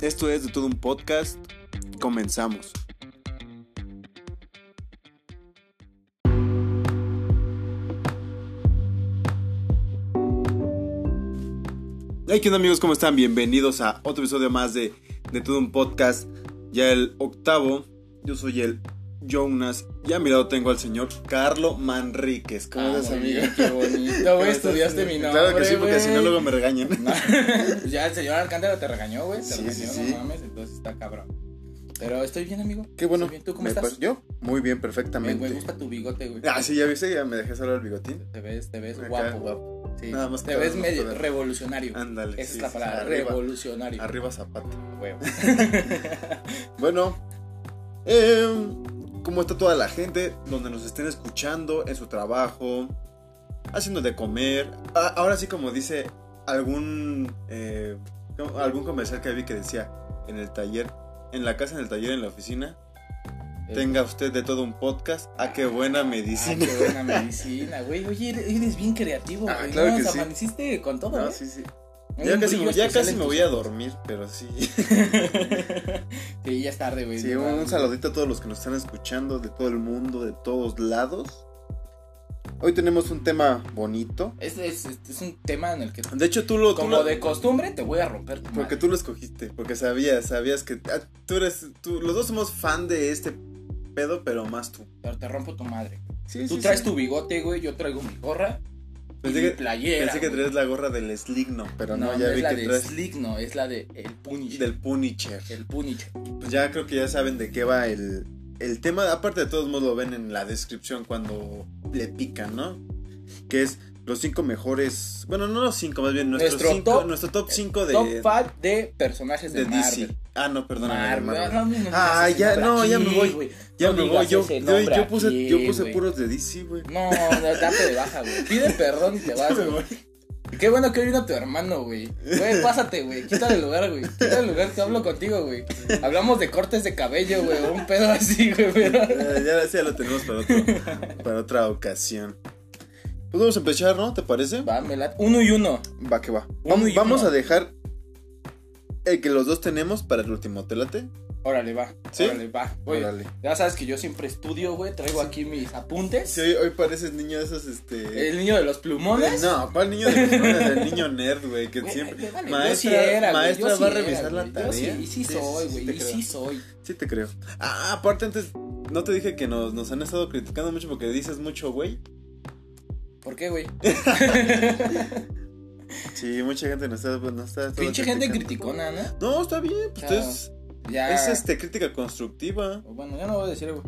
Esto es de todo un podcast. Comenzamos. Hey, ¿qué onda amigos? ¿Cómo están? Bienvenidos a otro episodio más de, de todo un podcast. Ya el octavo. Yo soy el Jonas. Y a mi lado tengo al señor Carlo Manríquez. ¿Cómo Ah, estás, muy amigo? bien, Qué bonito, güey. Estudiaste mi nombre. Claro que sí, porque si no güey. luego me regañan. No, ya el señor Alcántara te regañó, güey. Te Sí, regañó, sí, no sí. mames. Entonces está cabrón. Pero estoy bien, amigo. Qué bueno. Estoy bien. ¿Tú cómo Me estás? pa- Yo, muy bien, Me, perfectamente. me gusta tu bigote, güey. Ah, sí, ya viste, ya me dejé solo el bigotín. Te ves, te ves Acá, guapo, Sí. Nada más te que ves ahora no medio puedo. revolucionario. Ándale. Esa sí, es la sí, palabra, arriba, revolucionario. Arriba Zapata. Huevo. Bueno, em, ¿cómo está toda la gente? Donde nos estén escuchando, en su trabajo, haciendo de comer. A- ahora sí, como dice algún, eh, como- algún comercial que vi que decía, en el taller, en la casa, en el taller, en la oficina, Eh, tenga usted de todo un podcast. Ah, qué buena Ah, medicina. qué buena medicina, güey. Oye, eres- eres bien creativo, Ah, güey. claro no, que o sea, sí. amaneciste con todo, No, ¿eh? sí, sí. Hay Ya un casi, me- brillo ya especial casi en me tus voy a dormir, pero sí. Sí, ya es tarde, güey. Sí, no un, mames. un saludito a todos los que nos están escuchando de todo el mundo, de todos lados. Hoy tenemos un tema bonito. Es, es, es un tema en el que, De hecho, tú lo... tú como lo- de costumbre, te voy a romper. tu Porque madre. tú lo escogiste, porque sabías, sabías que... ah, tú eres... Tú, los dos somos fan de este pedo, pero más tú. Pero te rompo tu madre. Sí, Tú traes tu bigote, güey. Yo traigo mi gorra. Pensé y mi que- playera. Pensé que güey. traes la gorra del Sligno, pero no, No, ya no vi es la que de traes Slick, no. Es la de El Punisher. del Punisher. El Punisher. Pues ya creo que ya saben de qué va el, el tema. Aparte de todos modos lo ven en la descripción cuando le pican, ¿no? Que es los cinco mejores. Bueno, no los cinco, más bien nuestros Nuestro cinco- top- nuestro top 5 de, Top 5 de personajes de de, DC. Marvel. Ah, no, perdóname. de Marvel. Marvel. No, no, no, no, Ah, ese ya, nombre no, ya aquí, me voy. güey. Ya No me digas voy, yo, ese yo- nombre yo puse, aquí, yo puse güey. puros de DC, güey. No, no, date de baja, güey. Pide perdón y te vas, Ya me güey. voy. Qué bueno que vino tu hermano, güey. Güey, pásate, güey. Quítale el lugar, güey. Quítale el lugar que hablo contigo, güey. Hablamos de cortes de cabello, güey. Un pedo así, güey. pero- Eh, ya, sí, ya lo tenemos para, otro- para otra ocasión. Pues vamos a empezar, ¿no? ¿Te parece? Va, me late. Uno y uno. Va que va. Uno Vam- y Vamos uno. a dejar el que los dos tenemos para el último. ¿Te late? Órale, va. ¿Sí? Órale, va. Güey, Órale. ya sabes que yo siempre estudio, güey. Traigo aquí mis apuntes. Sí, hoy, hoy pareces niño de esos, este... El niño de los plumones. No, ¿cuál niño de plumones? El niño nerd, güey, que Güey, siempre... ay, vale, yo maestra sí era, güey, maestra yo sí va a era, revisar la güey, tarea. Yo sí, y sí Sí, sí, soy, sí, güey. te y creo. sí soy. Sí te creo. Ah, aparte antes, no te dije que nos, nos han estado criticando mucho porque dices mucho, güey. ¿Por qué, güey? Sí, mucha gente nos está... pues, Nos está estado Pinche gente criticando. criticona, ¿no? No, está bien, pues Claro. Ah. es, Ya. es este, crítica constructiva. Bueno, ya no voy a decir, güey.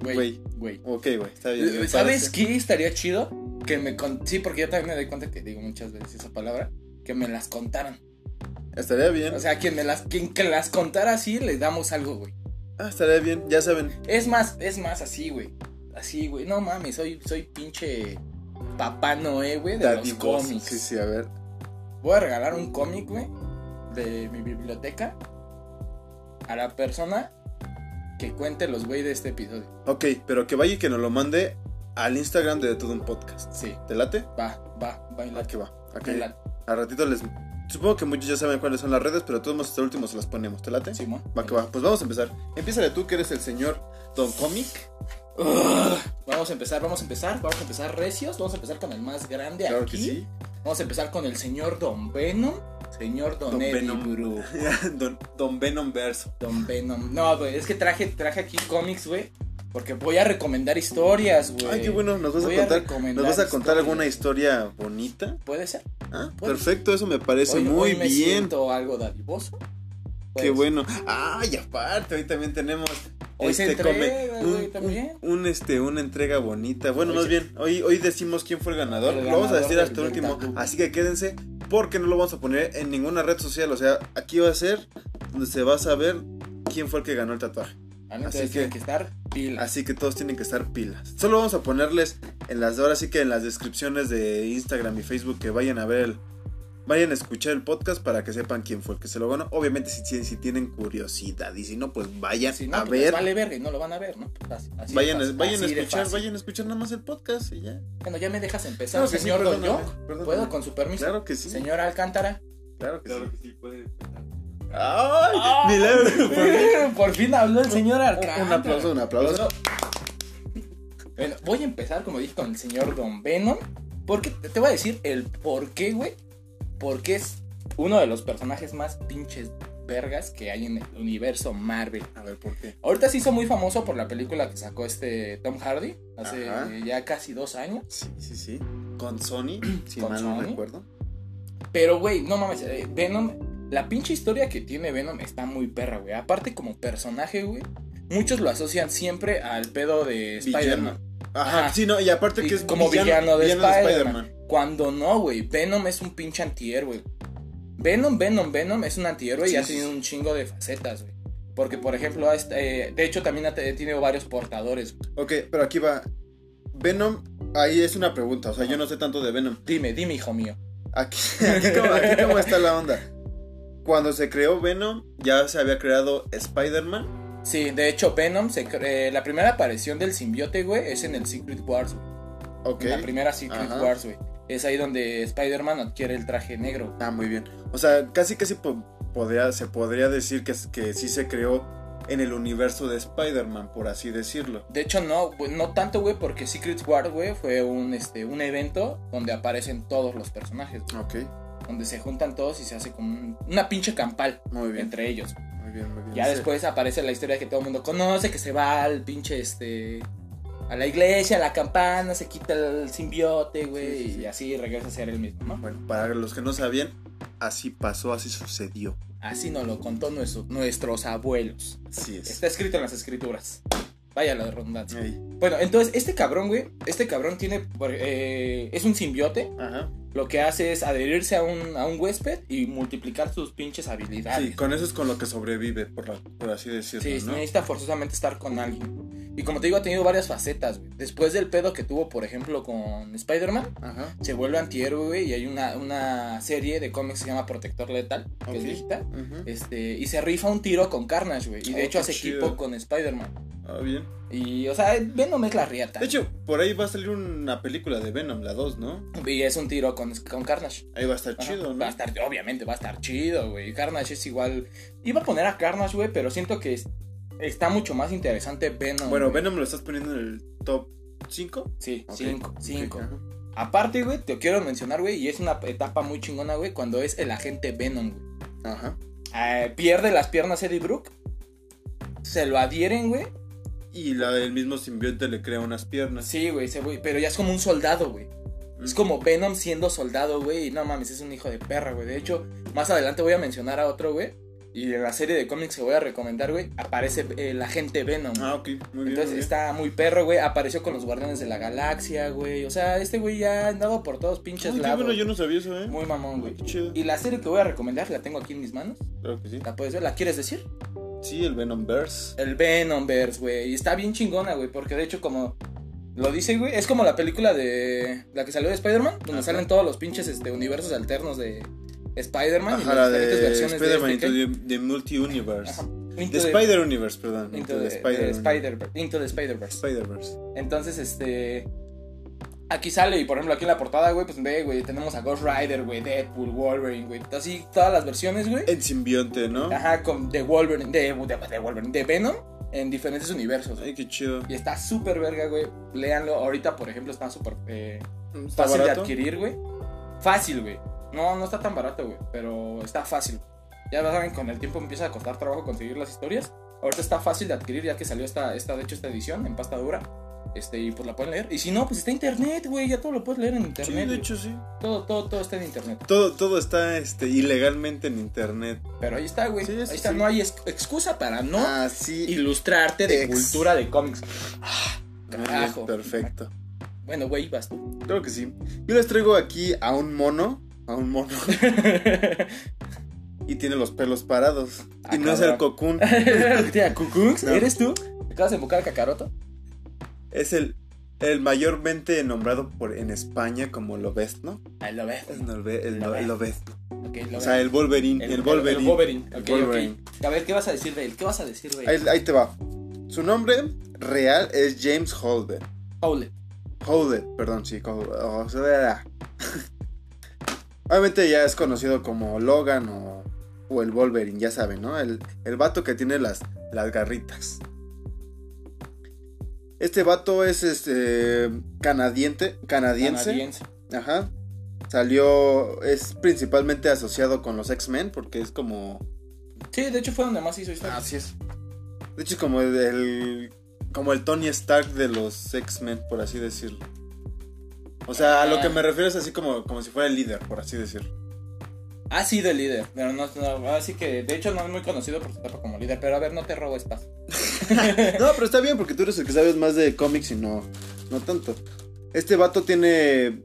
Güey. Güey. Güey. Ok, güey, está bien. me ¿Sabes parece. qué estaría chido? Que me con... Sí, porque yo también me doy cuenta que digo muchas veces esa palabra. Que me las contaran. Estaría bien. O sea, quien me las, quien que las contara así, les damos algo, güey. Ah, estaría bien, ya saben. Es más, es más así, güey. Así, güey. No mames, soy, soy pinche papá Noé, güey, de los Dadivoso. cómics. Sí, sí, a ver. Voy a regalar un cómic, güey, de mi biblioteca a la persona que cuente los güey de este episodio. Ok, pero que vaya y que nos lo mande al Instagram de todo un podcast. Sí, ¿Te late? va, va, va. y la- Aquí va. Ok. y la- A ratito les. Supongo que muchos ya saben cuáles son las redes, pero de todos modos hasta el último se las ponemos. ¿Te late? Simón. Va que va. Pues vamos a empezar. Empieza tú que eres el señor Don Comic. Ugh. Vamos a empezar, vamos a empezar, vamos a empezar recios, vamos a empezar con el más grande Claro aquí. que sí. Vamos a empezar con el señor Don Venom, señor Don, Don Eddie Venom. Bru. Don, Don Venom Verso. Don Venom. No, güey, es que traje, traje aquí cómics, güey. Porque voy a recomendar historias, güey. Ay, qué bueno. Nos vas Voy a a contar. recomendar nos vas a contar historias. alguna historia bonita. ¿Puede ser? Ah, Pues, perfecto. Eso me parece Hoy- muy hoy me bien. siento algo dadivoso. Qué Pues, bueno. Ay, aparte, hoy también tenemos. este, Hoy se entrega, come- güey, también. un, este, una entrega bonita. Bueno, Hoy más se- bien, hoy, hoy decimos quién fue el ganador. El lo vamos a ganador decir del hasta el último. espectáculo. Así que quédense, porque no lo vamos a poner en ninguna red social. O sea, aquí va a ser donde se va a saber quién fue el que ganó el tatuaje. Ah, no, Así entonces que- tienen que estar pilas. Así que todos tienen que estar pilas. Solo vamos a ponerles en las ahora sí que en las descripciones de Instagram y Facebook que vayan a ver el- vayan a escuchar el podcast para que sepan quién fue el que se lo ganó. Obviamente si, tienen- si tienen curiosidad y si no pues vayan Si no, a pues les ver. vale verga y no lo van a ver, ¿no? Pues, Así- así de vayan a, fácil, vayan a así de escuchar, fácil. vayan a escuchar nada más el podcast y ya. Bueno, ya me dejas empezar, Claro que sí, señor Don perdóname, Young. perdóname. ¿Puedo con su permiso? Claro que sí. Señor Alcántara, Claro que sí. sí, puede empezar. ¡Ay! ¡Milagro! por mí. Por fin habló el señor Arcángel. Un aplauso, un aplauso. Bueno, voy a empezar, como dije, con el señor Don Venom. Porque te te voy a decir el por qué, güey. Porque es uno de los personajes más pinches vergas que hay en el universo Marvel. A ver, ¿por qué? Ahorita se hizo muy famoso por la película que sacó este Tom Hardy hace Ajá. eh, ya casi dos años. Sí, sí, sí. Con Sony, si Con mal no Sony. recuerdo. Pero, güey, no mames, eh, Venom, la pinche historia que tiene Venom está muy perra, güey. Aparte, como personaje, güey, muchos lo asocian siempre al pedo de Villano. Spider-Man. Ajá, Ajá. sí, no, y aparte Y que es como villano de Spider-Man. Spider-Man. Cuando no, güey, Venom es un pinche antihéroe. Venom, Venom, Venom es un antihéroe Sí, y ha sí, tenido sí. un chingo de facetas, güey. Porque, por ejemplo, ha est- eh, de hecho, también ha te- tenido varios portadores. Ok, pero aquí va. Venom, ahí es una pregunta, o sea, yo no sé tanto de Venom. Dime, dime, hijo mío. Aquí, aquí, cómo, aquí cómo está la onda. Cuando se creó Venom, ya se había creado Spider-Man. Sí, de hecho, Venom, se cre- eh, la primera aparición del simbiote, güey, es en el Secret Wars, güey. Ok. En la primera Secret Ajá. Wars, güey. Es ahí donde Spider-Man adquiere el traje negro. Ah, muy bien. O sea, casi casi po- podría, se podría decir que, es- que sí se creó en el universo de Spider-Man, por así decirlo. De hecho, no, güey, no tanto, güey, porque Secret Wars, güey, fue un, este, un evento donde aparecen todos los personajes, güey, Ok, donde se juntan todos y se hace como un- una pinche campal muy bien. entre ellos. Muy bien, muy bien. Ya Sí. después aparece la historia que todo el mundo conoce, que se va al pinche, este, a la iglesia, a la campana, se quita el simbiote, güey, Sí, sí, sí. y así regresa a ser el mismo, ¿no? Bueno, para los que no sabían, así pasó, así sucedió. Así nos lo contó nuestro- nuestros abuelos. Así es. Está escrito en las escrituras. Vaya la redundancia. Ahí. Bueno, entonces, este cabrón, güey, este cabrón tiene, por- eh, es un simbiote. Ajá. Lo que hace es adherirse a un, a un huésped y multiplicar sus pinches habilidades. Sí, con eso es con lo que sobrevive, por, la- por así decirlo, Sí, ¿no? necesita forzosamente estar con alguien. Y como te digo, ha tenido varias facetas, güey. Después del pedo que tuvo, por ejemplo, con Spider-Man, Ajá. se vuelve antihéroe, güey, y hay una, una serie de cómics que se llama Protector Letal, que es Ok. digital. Ujú. Este, y se rifa un tiro con Carnage, güey. Y de Oh, hecho qué hace chido. equipo con Spider-Man. Ah, bien. Y, o sea, Venom es la riata. De hecho, por ahí va a salir una película de Venom, la 2, ¿no? y es un tiro con, con Carnage. Ahí va a estar Ajá. chido, ¿no? Va a estar, obviamente, va a estar chido, güey. Carnage es igual. Iba a poner a Carnage, güey, pero siento que es- está mucho más interesante Venom. Bueno, güey. Venom lo estás poniendo en el top 5. Sí, 5, 5. Aparte, güey, te quiero mencionar, güey, y es una etapa muy chingona, güey, cuando es el agente Venom, güey. Ajá. Eh, pierde las piernas Eddie Brooke. Se lo adhieren, güey. Y la, el mismo simbionte le crea unas piernas. Mm. Sí, güey, se- güey, pero ya es como un soldado, güey. Es como Venom siendo soldado, güey. Y no mames, es un hijo de perra, güey. De hecho, más adelante voy a mencionar a otro, güey. Y en la serie de cómics que voy a recomendar, güey, aparece eh, el agente Venom. Ah, ok. Muy bien. Entonces muy bien. está muy perro, güey. Apareció con los Guardianes de la Galaxia, güey. O sea, este güey ya ha andado por todos pinches Ay, Ah, qué lados. bueno, yo no sabía eso, ¿eh? Muy mamón, güey. Qué chido. Y la serie que voy a recomendar, la tengo aquí en mis manos. Claro que sí. ¿La puedes ver? ¿La quieres decir? Sí, el Venomverse. El Venomverse, güey. Y está bien chingona, güey. Porque de hecho, como lo dice, güey, es como la película de. La que salió de Spider-Man, donde Ajá. salen todos los pinches este, universos alternos de Spider-Man Ajá, la de de Spider-Man este Into que- the, the Multi-Universe. Ajá. Into The the- Spider-Universe, perdón. Into Into the- the the Spider-Universe. Spider- Into the Spider-Verse. Spider-Verse. Entonces, este. Aquí sale, y por ejemplo, aquí en la portada, güey, pues ve, güey, tenemos a Ghost Rider, güey, Deadpool, Wolverine, güey. Así, todas las versiones, güey. El simbionte, ¿no? Ajá, con de Wolverine, de, de- de Wolverine, de Venom en diferentes universos. güey. Ay, qué chido. Y está súper verga, güey. Léanlo. Ahorita, por ejemplo, está súper eh, ¿Está fácil de barato? adquirir, güey. Fácil, güey. No, no está tan barato, güey. Pero está fácil. Ya lo saben, con el tiempo empieza a costar trabajo conseguir las historias. Ahorita está fácil de adquirir ya que salió esta, esta de hecho, esta edición en pasta dura. Este, y pues la pueden leer. Y si no, pues está en internet, güey. Ya todo lo puedes leer en internet. Sí, de güey. hecho, sí. Todo, todo, todo está en internet. Todo, todo está este, ilegalmente en internet. Pero ahí está, güey. Sí, ahí eso está. sí. No hay ex- excusa para no Ah, sí. ilustrarte de Ex. cultura de cómics. Muy bien, Ah, carajo. Perfecto. Bueno, güey, vas tú. Claro que sí. Yo les traigo aquí a un mono. A un mono. y tiene los pelos parados. Ah, y no es cabrón. el cocún. Tía, ¿Cucunx? No. ¿Eres tú? ¿Te acabas de invocar a Cacaroto? Es el, el mayormente nombrado por, en España como Lobezno. Ah, lo ves. Es Norve- el, Lobezno. el Lobezno. Ok, lo O ves. sea, el Wolverine. El, Wolverine. El Wolverine. Ok, ok. Wolverine. A ver, ¿qué vas a decir de él? ¿Qué vas a decir de él? Ahí, ahí te va. Su nombre real es James Holden. Howlett. Howlett, perdón, sí. oh, Howlett. O sea, Obviamente ya es conocido como Logan o o el Wolverine, ya saben, ¿no? El, el vato que tiene las, las garritas. Este vato es este, canadiente, canadiense. Canadiense. Ajá. Salió, es principalmente asociado con los X-Men porque es como... Sí, de hecho fue donde más hizo historia. es. De hecho es como el, el- como el Tony Stark de los X-Men, por así decirlo. O sea, a lo que me refiero es así como, como si fuera el líder, por así decirlo. Ha sido el Ah, líder, pero no, no- así que de hecho no es muy conocido por su etapa como líder, pero a ver, no te robo espacio. No, pero está bien porque tú eres el que sabes más de cómics y no, no tanto. Este vato tiene,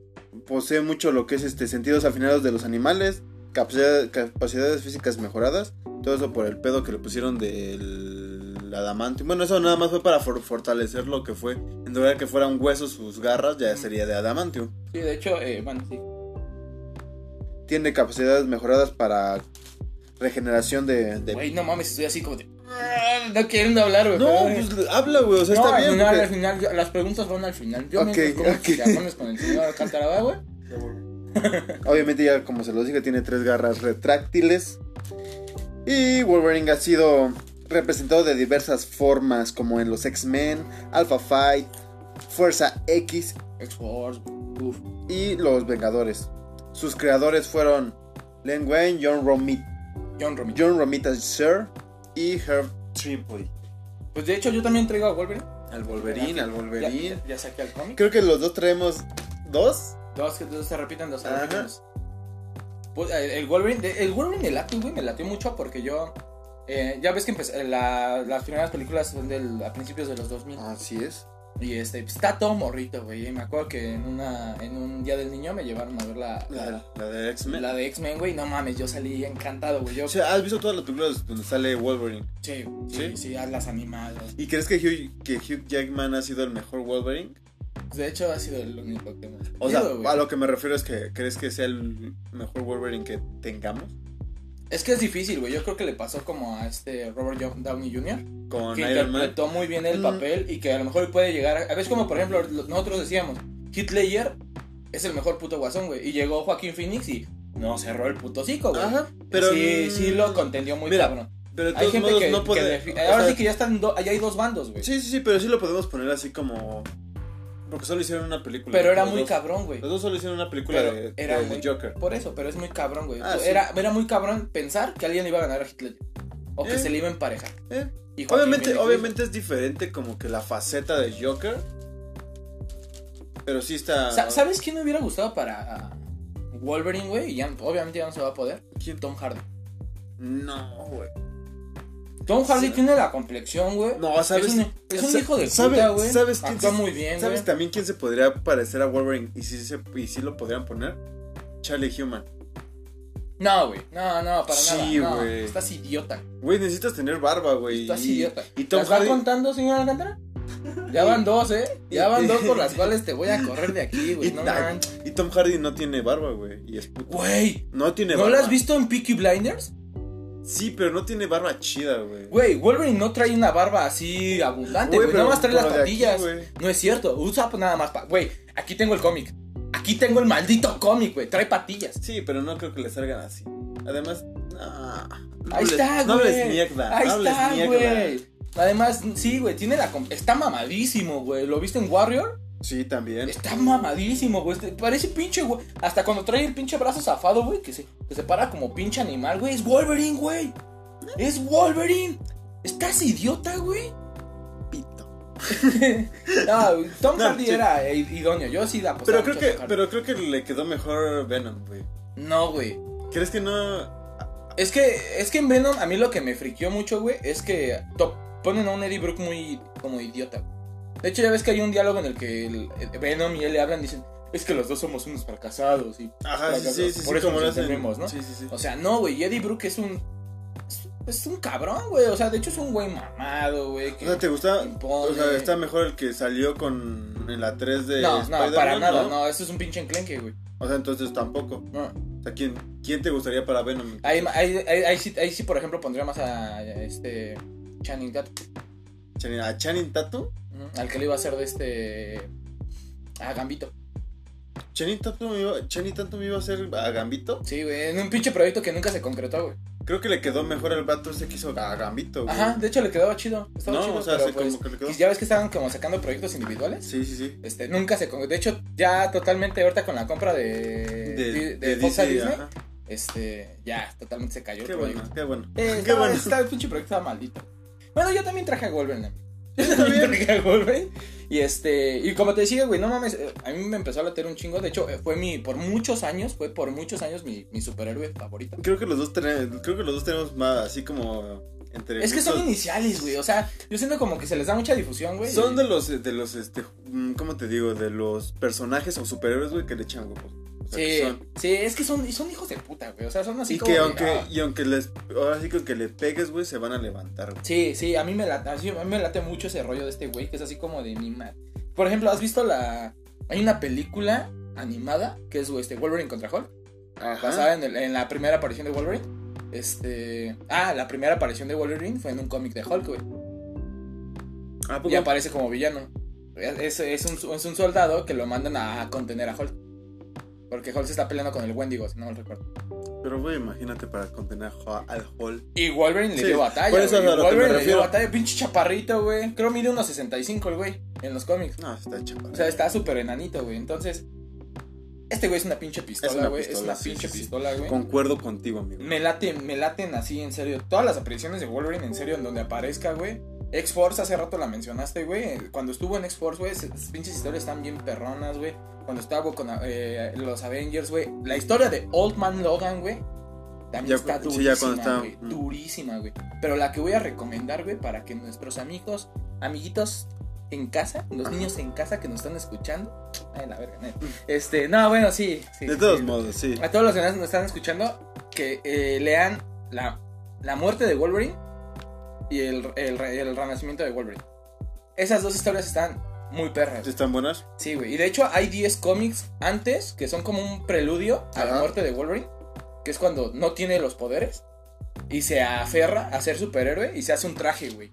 posee mucho lo que es este, sentidos afinados de los animales, capacidad- capacidades físicas mejoradas, todo eso por el pedo que le pusieron del adamantium. Bueno, eso nada más fue para for- fortalecer lo que fue, en lugar de que fuera un hueso sus garras, ya sería de adamantium. Sí, de hecho, eh, bueno, sí. Tiene capacidades mejoradas para regeneración de... de- Güey, no mames, estoy así como de. "Ah, No quieren hablar, güey. No, pero- pues habla, güey, o sea, No, está al bien. final, porque- al final, yo- las preguntas van al final. Yo Ok, mientras como ok. chicharrones con el señor Alcántara, güey. Obviamente ya como se los dije tiene tres garras retráctiles. Y Wolverine ha sido representado de diversas formas como en los X-Men, Alpha Fight, Fuerza X X-Force, uff. y los Vengadores. Sus creadores fueron Len Wein, John, Romit- John Romita. John Romita Sr. y Herb Trimpley. Pues de hecho, yo también traigo a Wolverine. Al Wolverine, al Ya, Wolverine. ya, ya saqué al cómic. Creo que los dos traemos dos. Dos que dos se repiten, dos se Ajá. repiten. dos. Pues, el, el Wolverine, de- el Wolverine de Latu, güey, me latió mucho porque yo. eh, ya ves que empecé, la- las primeras películas son del, a principios de los 2000. Así es. Y este, pues, está todo morrito, güey. Y me acuerdo que en, una, en un día del niño me llevaron a ver la, La, la, la de X-Men. la de X-Men, güey. No mames, yo salí encantado, güey. Yo, O sea, ¿has visto todas las películas donde sale Wolverine? sí, ¿Sí? sí, sí, a las animadas. ¿Y crees que Hugh, que Hugh Jackman ha sido el mejor Wolverine? De hecho, ha sido el único que hemos O sea, tenido, güey. a lo que me refiero es que crees que sea el mejor Wolverine que tengamos Es que es difícil, güey. Yo creo que le pasó como a este Robert Jo- Downey Jr. con que Iron Man. interpretó muy bien el Mm. papel y que a lo mejor puede llegar a... a veces como por ejemplo lo- nosotros decíamos, Hitler es el mejor puto guasón, güey. Y llegó Joaquín Phoenix y no cerró el puto hocico, güey. Ajá, pero sí, sí lo contendió muy Mira, cabrón. Pero de Hay todos gente modos que, no que puede. defi- o ahora sea, sí que ya están do- allá hay dos bandos, güey. sí, sí, sí, pero sí lo podemos poner así como porque solo hicieron una película. pero era los muy dos. cabrón, güey. Los dos solo hicieron una película Pero de, era de muy- Joker. Por eso, pero es muy cabrón, güey. Ah, sí. era, era muy cabrón pensar que alguien iba a ganar a Hitler o que Eh. se le iba a emparejar. Eh, Y Joaquin Obviamente, Phoenix lo obviamente es diferente como que la faceta de Joker. Pero sí está. hizo. Sa- ¿Sabes quién me hubiera gustado para ah, Wolverine, güey? Y ya, obviamente ya no se va a poder. ¿Quién? Tom Hardy. No, güey. Tom Hardy Sí. tiene la complexión, güey. No, ¿sabes? Es un, es un sa- hijo de sabe- puta, güey. ¿sabes quién Actúa se- muy bien, ¿Sabes güey. también quién se podría parecer a Wolverine? Y si, se, y si lo podrían poner, Charlie Human. No, güey. No, no, para Sí, nada. No, güey. estás idiota. Güey, necesitas tener barba, güey. Estás Y- idiota. Y Tom ¿Las va Hardy. contando, señor Alcántara? Ya van dos, ¿eh? Ya van dos por las cuales te voy a correr de aquí, Y, güey. No, ay, manches. y Tom Hardy no tiene barba, güey. Y es puto. Güey, No tiene ¿no barba. la has visto en Peaky Blinders? Sí, pero no tiene barba chida, güey. Güey, Wolverine no trae una barba así abundante, güey. pero Nada más trae por las lo de aquí, patillas. güey. No es cierto. Usa pues, nada más. pa- Güey, aquí tengo el cómic. Aquí tengo el maldito cómic, güey. Trae patillas. Sí, pero no creo que le salgan así. Además, nah, no. Ahí hables- está, güey. No hables mierda. Ahí no hables está, mierda. güey. Además, sí, güey, tiene la com- está mamadísimo, güey. ¿Lo viste en Warrior? Sí, también. Está mamadísimo, güey. Este- Parece pinche, güey. Hasta cuando trae el pinche brazo zafado, güey, que se, que se para como pinche animal, güey. Es Wolverine, güey. Es Wolverine. ¿Estás idiota, güey? Pito. No, güey, Tom No, Hardy sí. era eh, idóneo. Yo sí la apostaba Pero creo, mucho a que, Tom Hardy. pero creo que le quedó mejor Venom, güey. No, güey. ¿Crees que no Es que, es que en Venom a mí lo que me friqueó mucho, güey, es que to- ponen a un Eddie Brook muy como idiota. güey. De hecho, ya ves que hay un diálogo en el que el- el Venom y él le hablan y dicen, es que los dos somos unos fracasados. Y... Ajá, sí, Por sí, sí, sí, eso como nos lo hacen. entendemos, ¿no? Sí, sí, sí. O sea, no, güey, y Eddie Brook es un... es- Es un cabrón, güey. O sea, de hecho es un güey mamado, güey. O que- sea, ¿te gusta? impone. O sea, está mejor el que salió con en la 3 de No, no, Spider-Man, para nada, no. eso es un pinche enclenque, güey. O sea, entonces tampoco. No. O sea, ¿quién, quién te gustaría para Venom? Ahí, ahí- ahí- ahí sí, ahí sí, por ejemplo, pondría más a, este Channing Tatum. Channing- ¿A Channing Tatum? ¿no? Al que le iba a hacer de este... A Gambito. ¿Channing Tatum iba, Channing Tatum iba a ser a Gambito? Sí, güey, en un pinche proyecto que nunca se concretó, güey. Creo que le quedó mejor al vato ese que hizo a Gambito, güey. Ajá, de hecho le quedaba chido. Estaba No, chido, o sea, pero sí, pues, como que le quedó. Ya ves que estaban como sacando proyectos individuales. Sí, sí, sí. Este, nunca se. con- De hecho, ya totalmente ahorita con la compra de. De, Di- de Fox a DC, Disney. ajá. Este, ya, totalmente se cayó el Qué proyecto. bueno, qué bueno. Eh, qué estaba- bueno. estaba- el pinche proyecto estaba maldito. Bueno, yo también traje a Wolverine. amigo. Yo Está también bien. traje a Wolverine. Y este, y como te decía, güey, no mames, eh, a mí me empezó a latir un chingo. De hecho, eh, fue mi, por muchos años, fue por muchos años mi, mi superhéroe favorito. Creo que los dos tenemos, creo que los dos tenemos más así como entre Es que son gustos. iniciales, güey. O sea, yo siento como que se les da mucha difusión, güey. Son de los de los este mm, ¿cómo te digo? De los personajes o superhéroes, güey, que le echan huevos. O sea, Sí, que son- sí, es que son, son hijos de puta, güey. O sea, son así y como. que de, aunque ah. y aunque les ahora sí que aunque le pegues, güey, se van a levantar. güey. Sí, sí, a mí me late, así- a mí me late mucho ese rollo de este güey, que es así como de animal. Por ejemplo, ¿has visto la... Hay una película animada que es güey, este, Wolverine contra Hulk, Ah, basada en, el- en la primera aparición de Wolverine. Este... Ah, la primera aparición de Wolverine fue en un cómic de Hulk, güey. ¿A Y poco? aparece como villano. Es, es un, es un soldado que lo mandan a contener a Hulk. Porque Hulk se está peleando con el Wendigo, si no mal recuerdo. Pero güey, imagínate para contener a Ho- al Hall. Y Wolverine le Sí, dio batalla. por eso güey. es a lo que me Wolverine le dio refiero. batalla. Pinche chaparrito, güey. Creo mide unos 65 el güey. En los cómics. No, está chaparro. O sea, está súper enanito, güey. Entonces, este güey es una pinche Es pistola, una güey. Es pistola, una sí, pinche sí, sí. pistola, güey. Concuerdo contigo, amigo. Me late, me laten así, en serio. Todas las apariciones de Wolverine, en serio, en donde aparezca, güey. X-Force, hace rato la mencionaste, güey. Cuando estuvo en X-Force, güey, esas pinches historias están bien perronas, güey. Cuando estaba con eh, los Avengers, güey. La historia de Old Man Logan, güey. También Ya está cu- durísima, sí, ya cuando está- güey. mm. Durísima, güey. Pero la que voy a recomendar, güey, para que nuestros amigos, amiguitos en casa, los Ajá. Mm. niños en casa que nos están escuchando. Ay, la verga, neta. Este, no, bueno, sí. sí, De todos sí. modos, sí. A todos los que nos están escuchando, que eh, lean la, la muerte de Wolverine y el, el re- el renacimiento de Wolverine. Esas dos historias están muy perras. ¿Están buenas? Sí, güey. Y de hecho hay 10 cómics antes que son como un preludio a la Ajá. muerte de Wolverine, que es cuando no tiene los poderes y se aferra a ser superhéroe y se hace un traje, güey,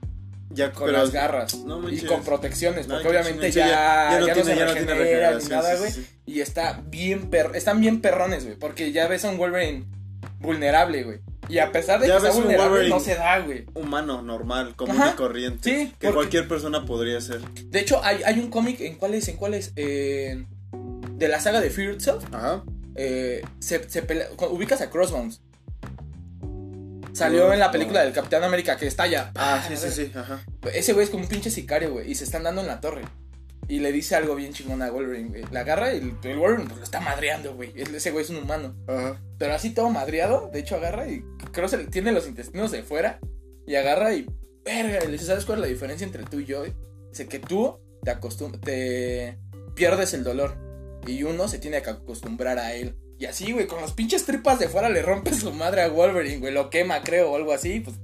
Ya con pero- las garras. No Y manches. con protecciones, No, porque sí, obviamente sí, ya, ya no ya no tiene, se ya no tiene regenera ni regeneración, nada, sí, güey. sí, sí. Y está bien per- están bien perrones, güey. Porque ya ves a un Wolverine vulnerable, güey. Y a pesar de Ya que está ves un vulnerable, Wolverine. no se da, güey. Humano, normal, común Ajá. y corriente. Sí, que porque- cualquier persona podría ser. De hecho, hay, hay un cómic en cuáles, en cuáles, eh, de la saga de Fear Itself, Ajá. eh, se, se pelea- ubicas a Crossbones. Salió en la película del Capitán América que estalla. Ah, sí, sí, sí, ajá. Ese güey es como un pinche sicario, güey. Y se están dando en la torre. Y le dice algo bien chingón a Wolverine, güey. La agarra y el, el Wolverine pues, lo está madreando, güey. El- Ese güey es un humano. Ajá. Pero así todo madreado. De hecho, agarra y creo que tiene los intestinos de fuera. Y agarra y. Verga, y le dice, ¿sabes cuál es la diferencia entre tú y yo? Dice que tú te acostum te pierdes el dolor. Y uno se tiene que acostumbrar a él. Y así, güey, con las pinches tripas de fuera le rompe su madre a Wolverine, güey. Lo quema, creo, o algo así. Pues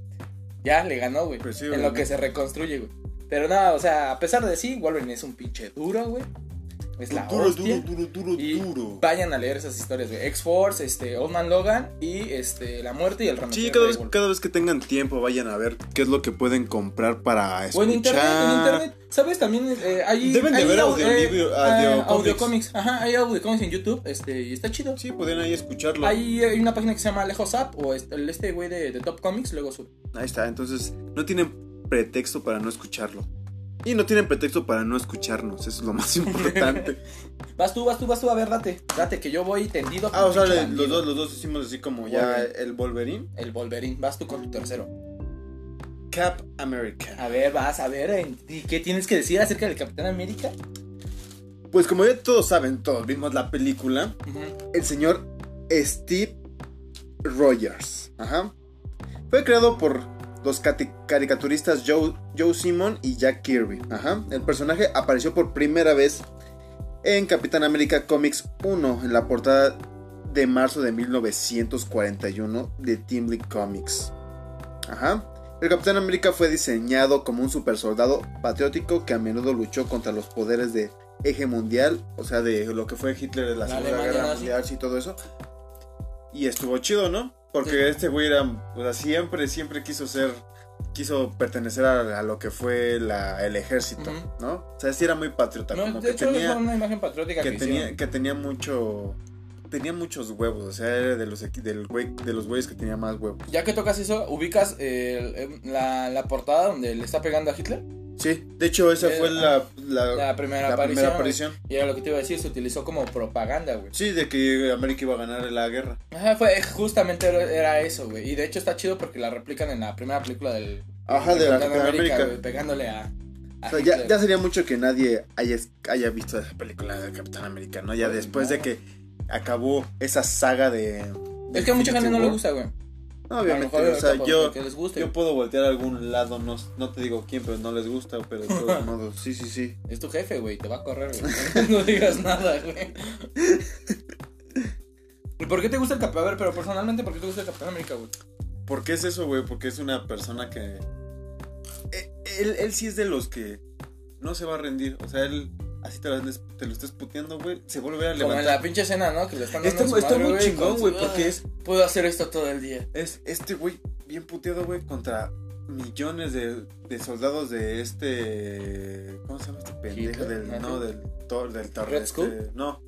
ya le ganó, güey. Pues sí, en güey, lo ¿no? que se reconstruye, güey. Pero nada, o sea, a pesar de sí, Wolverine es un pinche duro, güey. Es la duro, hostia. duro, duro, duro, Y duro. Vayan a leer esas historias, güey. X-Force, este, Old Man Logan y este, La Muerte y el Renacimiento. Sí, cada de vez, Wolverine. cada vez que tengan tiempo vayan a ver qué es lo que pueden comprar para O escuchar. en internet, en internet. ¿Sabes? También eh, hay. Deben de hay ver au- audiolibro- ah, audiocómics. audiocómics. Ajá, hay audiocómics en YouTube. Este, y está chido. Sí, pueden ahí escucharlo. Hay, hay una página que se llama Lejos App o este el- este güey de, de Top Comics, luego sube. Ahí está, entonces no tienen pretexto para no escucharlo. Y no tienen pretexto para no escucharnos, eso es lo más importante. Vas tú, vas tú, vas tú, a ver, date. Date, que yo voy tendido. ah, o sea, pinche le- bandido. los dos, los dos hicimos así como ya Wolverine. el Wolverine. El Wolverine, vas tú con tu tercero. Cap America. A ver, vas a ver. en- ¿Y qué tienes que decir acerca del Capitán América? Pues como ya todos saben, todos vimos la película, Ujú. el señor Steve Rogers. Ajá. Fue creado por los cati- caricaturistas Joe, Joe Simon y Jack Kirby. Ajá. El personaje apareció por primera vez en Capitán América Comics 1, en la portada de marzo de 1941 de Timely Comics. Ajá. El Capitán América fue diseñado como un supersoldado patriótico que a menudo luchó contra los poderes de eje mundial, o sea, de lo que fue Hitler en la, La Segunda Alemania Guerra nazi. Mundial y todo eso. Y estuvo chido, ¿no? Porque Sí. este güey era, o sea, siempre, siempre quiso ser, quiso pertenecer a, a lo que fue la- el ejército, Ujú. ¿no? O sea, sí era muy patriota, No, como de que hecho, tenía es una imagen patriótica que, que tenía, hicieron. que tenía mucho tenía muchos huevos, o sea, era de los, equi- del güey, de los güeyes que tenía más huevos. Ya que tocas eso, ubicas eh, el- em, la, la portada donde le está pegando a Hitler. Sí, de hecho esa Eh, fue la, la, La primera la aparición. primera aparición. güey. Y era lo que te iba a decir, se utilizó como propaganda, güey. Sí, de que América iba a ganar la guerra. Ajá, fue eh, justamente era- era eso, güey. Y de hecho está chido porque la replican en la primera película del Ajá, de la Capitán de América. güey, pegándole a, a O sea, ya, Hitler. ya sería mucho que nadie haya, haya visto esa película de Capitán América, ¿no? Ya Pues después no. de que acabó esa saga de... de Es que a Infinity mucha gente no le War. gusta, güey. No, A lo obviamente, mejor o sea, ahorita por- yo, porque les guste. yo puedo voltear a algún lado, no, no te digo quién, pero no les gusta, pero de todos modos, sí, sí, sí. Es tu jefe, güey, te va a correr, güey. No digas nada, güey. ¿Y por qué te gusta el Capitán? A ver, pero personalmente, ¿por qué te gusta el Capitán América, güey? ¿Por qué es eso, güey? Porque es una persona que... eh, Él, él sí es de los que no se va a rendir, o sea, él así te lo, te lo estés puteando, güey, se vuelve a Como en la levantar. pinche escena, ¿no? Que le están dando Está, en su está madre, muy güey, chingón, con güey, su- porque es, Puedo hacer esto todo el día. es este güey bien puteado, güey, contra millones de, de soldados de este. ¿Cómo se llama este pendejo? Hitler, Del, ¿no? no, del, tor, del tor- ¿Red este, Skull? No,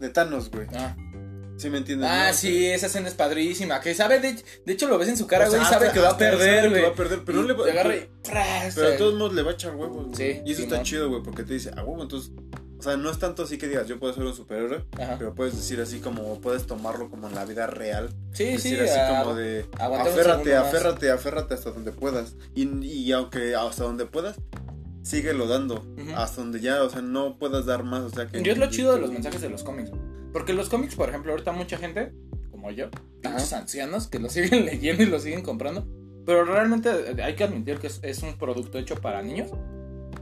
de Thanos, güey. Ah, ¿Sí me entiendes? Ah, no? sí, esa escena es padrísima. Que sabe, de, de hecho lo ves en su cara, O sea, güey, sabe hasta- que va a hasta él sabe perder, que güey. va a perder, pero no le va Te agarra y. pero- ¡pras! Pero de todos modos le va a echar huevos. güey. Sí, Y eso sí, está no. chido, güey, porque te dice, a huevo, entonces. O sea, no es tanto así que digas, yo puedo ser un superhéroe, Ajá. pero puedes decir así como, puedes tomarlo como en la vida real. Sí, decir sí, pues así ah, como de aguantar un aférrate, segundo más. aférrate, aférrate hasta donde puedas. Y, y aunque hasta donde puedas, síguelo dando. Ujú. Hasta donde ya, o sea, no puedas dar más. O sea que. Yo es lo chido de los mensajes de los cómics. Porque los cómics, por ejemplo, ahorita mucha gente, como yo, muchos ancianos que lo siguen leyendo y lo siguen comprando. Pero realmente eh, hay que admitir que es, es un producto hecho para niños.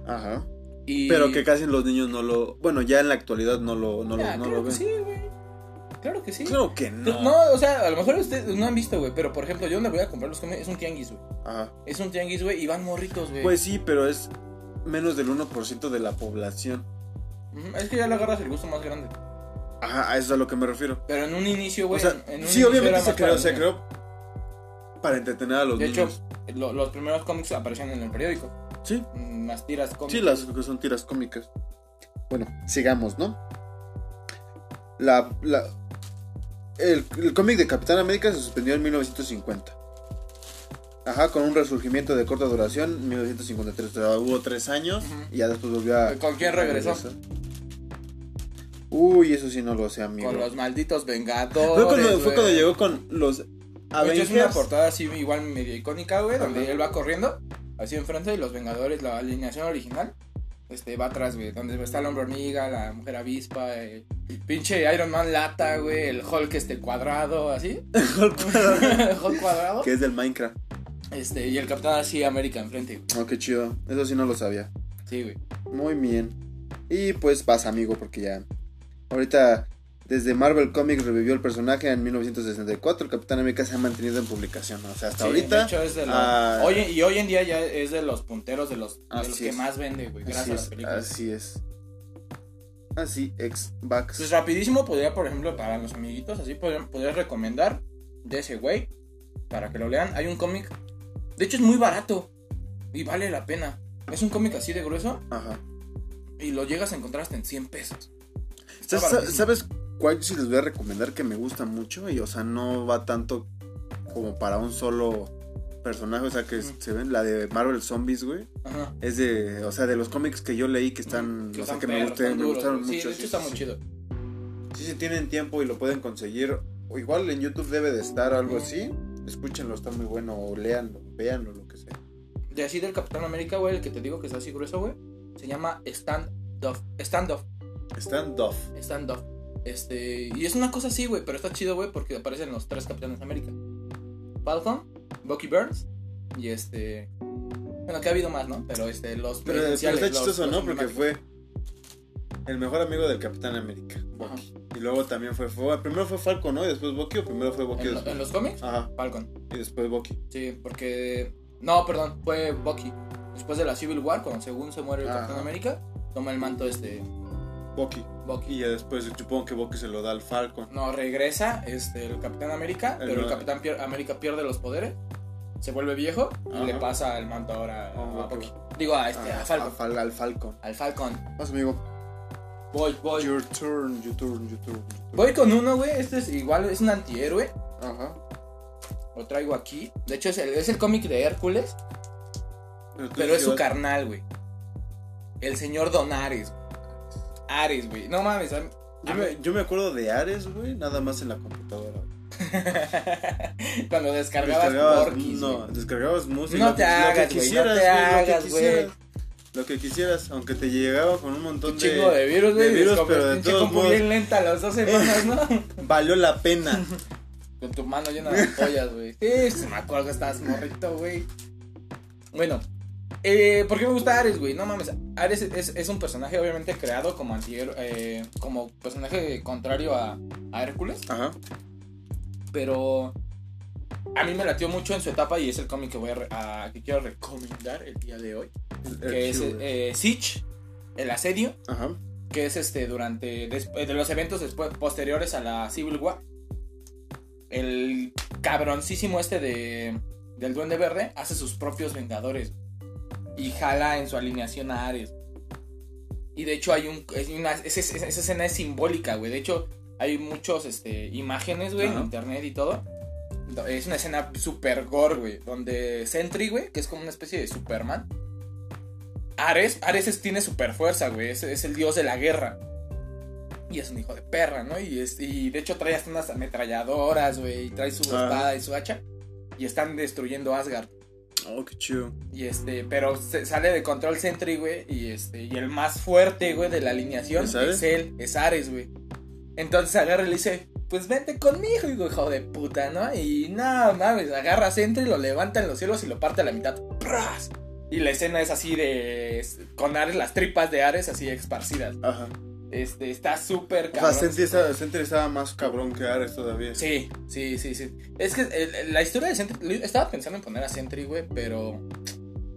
Ajá. Y Pero que casi los niños no lo. Bueno, ya en la actualidad no lo, no lo, Ah, no claro lo que ven. sí, güey. Claro que sí. Claro que Pues, no. no. o sea, a lo mejor ustedes no han visto, güey. Pero por ejemplo, yo donde voy a comprar los cómics es un tianguis, güey. Ajá. Es un tianguis, güey, y van morritos, güey. Pues sí, pero es menos del 1% de la población. Ujú, Es que ya le agarras el gusto más grande. Ajá, a eso es a lo que me refiero. Pero en un inicio, güey. o sea, en- en un sí, inicio obviamente era se más para creó, se niños. creó para entretener a los De hecho, niños. lo- los primeros cómics aparecían en el periódico. sí. Mm, Más tiras cómics. Sí, las que son tiras cómicas. Bueno, sigamos, ¿no? La, la- el, el cómic de Capitán América se suspendió en 1950. Ajá, con un resurgimiento de corta duración en 1953. O sea, hubo tres años Ujú. y ya después volvió a... ¿Con quién regresó? a regresar. Uy, eso sí no lo sé, amigo. Con los malditos vengadores. Fue cuando, fue güey. cuando llegó con los De hecho, es una Avengers. portada así igual medio icónica, güey, donde Ajá. él va corriendo, así enfrente, y los vengadores, la alineación original, este, va atrás, güey, donde está el hombre hormiga, la mujer avispa, el pinche Iron Man lata, güey, el Hulk este cuadrado, así. Hulk cuadrado. que es del Minecraft. Este, y el Capitán así América enfrente, güey. Oh, qué chido. Eso sí no lo sabía. Sí, güey. Muy bien. Y pues vas, amigo, porque ya. Ahorita, desde Marvel Comics revivió el personaje en 1964. El Capitán América se ha mantenido en publicación. ¿no? O sea, hasta Sí, de ahorita. hecho, es de los- ah, hoy- y hoy en día ya es de los punteros, de los, de los Así que es. más vende, güey, gracias así, a las es, películas. así es. Así, ex Bax. Pues rapidísimo podría, por ejemplo, para los amiguitos, así podrían- podrías recomendar de ese güey para que lo lean. Hay un cómic, de hecho es muy barato y vale la pena. Es un cómic así de grueso Ajá. y lo llegas a encontrar hasta en 100 pesos. Está ¿Sabes, baratísimo. sabes cuál sí les voy a recomendar que me gusta mucho? Y, o sea, no va tanto como para un solo personaje. O sea, que Ujú. se ven la de Marvel Zombies, güey. Ajá. Es de, o sea, de los cómics que yo leí que están, o sea, están que me, perros, gusté- están me duros, gustaron güey. Sí, mucho. de hecho está muy chido. Si se tienen tiempo y lo pueden conseguir, o igual en YouTube debe de estar algo Ujú. así. Escúchenlo, está muy bueno, o leanlo, véanlo, lo que sea. De así del Capitán América, güey, el que te digo que está así grueso, güey, se llama Stand Off. Stand Off. Stand Off. Stand Off. Este, y es una cosa así, güey, pero está chido, güey, porque aparecen los tres Capitanes América. Falcon, Bucky Burns y este... Bueno, que ha habido más, ¿no? Pero este, los... Pero, pero esenciales, está los- chistoso, los ¿no? Porque emblemáticos. fue el mejor amigo del Capitán América, Bucky. Y luego también fue, fue- Primero fue Falcon, ¿no? Y después Bucky, o primero fue Bucky. En, lo- después- en los cómics, Ajá, Falcon. y después Bucky. Sí, porque... No, perdón, fue Bucky. Después de la Civil War, cuando según se muere el Ajá. Capitán América, toma el manto este Bucky. Bucky. Y ya después supongo que Bucky se lo da al Falcon. No, regresa este, el Capitán América, El pero el ma- Capitán Pier- América pierde los poderes, se vuelve viejo y Ajá. le pasa el manto ahora a Ah, ok. Bucky. Digo, a este, Ah, a Falcon. a Fal- al Falcon. Al Falcon. Más amigo. Voy, voy. Your turn, your turn, your turn. your turn. Voy con uno, güey. Este es igual, es un antihéroe. Ajá. Lo traigo aquí. De hecho, es el, es el cómic de Hércules, Pero, tú pero es su llevas- carnal, güey. El señor Don Ares. güey. Ares, güey. No mames. a mí- Yo me, yo me acuerdo de Ares, güey, nada más en la computadora. Cuando descargabas Porky's, no, güey. descargabas música. No lo que- te lo que hagas, güey, no quisieras, te hagas, Lo que güey. quisieras. Lo que quisieras, aunque te llegaba con un montón Un chingo de virus, güey. virus, descomp- pero de pinche todos compu modos. bien lenta las dos semanas, ¿no? Valió la pena. Con tu mano llena de pollas, güey. Sí, sí, me acuerdo que estabas morrito, güey. Bueno, eh, ¿por qué me gusta Ares, güey? No mames, Ares es, es un personaje obviamente creado como antihéroe, eh, como personaje contrario a, a Hércules, Ajá. pero a mí me latió mucho en su etapa y es el cómic que voy a, re- a- que quiero recomendar el día de hoy, que es Hércules. eh, Siege, el asedio, Ajá. que es este durante des- de los eventos después posteriores a la Civil War. El cabroncísimo este de del Duende Verde hace sus propios Vengadores y jala en su alineación a Ares. Y de hecho hay un es una- es- es- esa escena es simbólica, güey. De hecho hay muchos este imágenes, güey, en Ajá. internet y todo. Do- Es una escena super gore, güey, donde Sentry, güey, que es como una especie de Superman, Ares, Ares es- tiene super fuerza, güey. Es, es el dios de la guerra. Y es un hijo de perra, ¿no? Y, es- y de hecho trae hasta unas ametralladoras, güey. Y trae su Ah. espada y su hacha. Y están destruyendo Asgard. Oh, qué chido. Y este, pero se- sale de control Sentry, güey. Y este, y el más fuerte, güey, de la alineación ¿Es es, Ares? él, es Ares, güey. Entonces agarra y le dice, pues vente conmigo, hijo- hijo de puta, ¿no? Y no mames, agarra a Sentry, lo levanta en los cielos y lo parte a la mitad. ¡Pras! Y la escena es así de. es- con Ares, las tripas de Ares así esparcidas. Ajá. Este, está súper O sea, cabrón. Sentry estaba, Sentry estaba más cabrón que Ares todavía. Sí, sí, sí, sí. Es que eh, la historia de Sentry. Estaba pensando en poner a Sentry, güey, pero.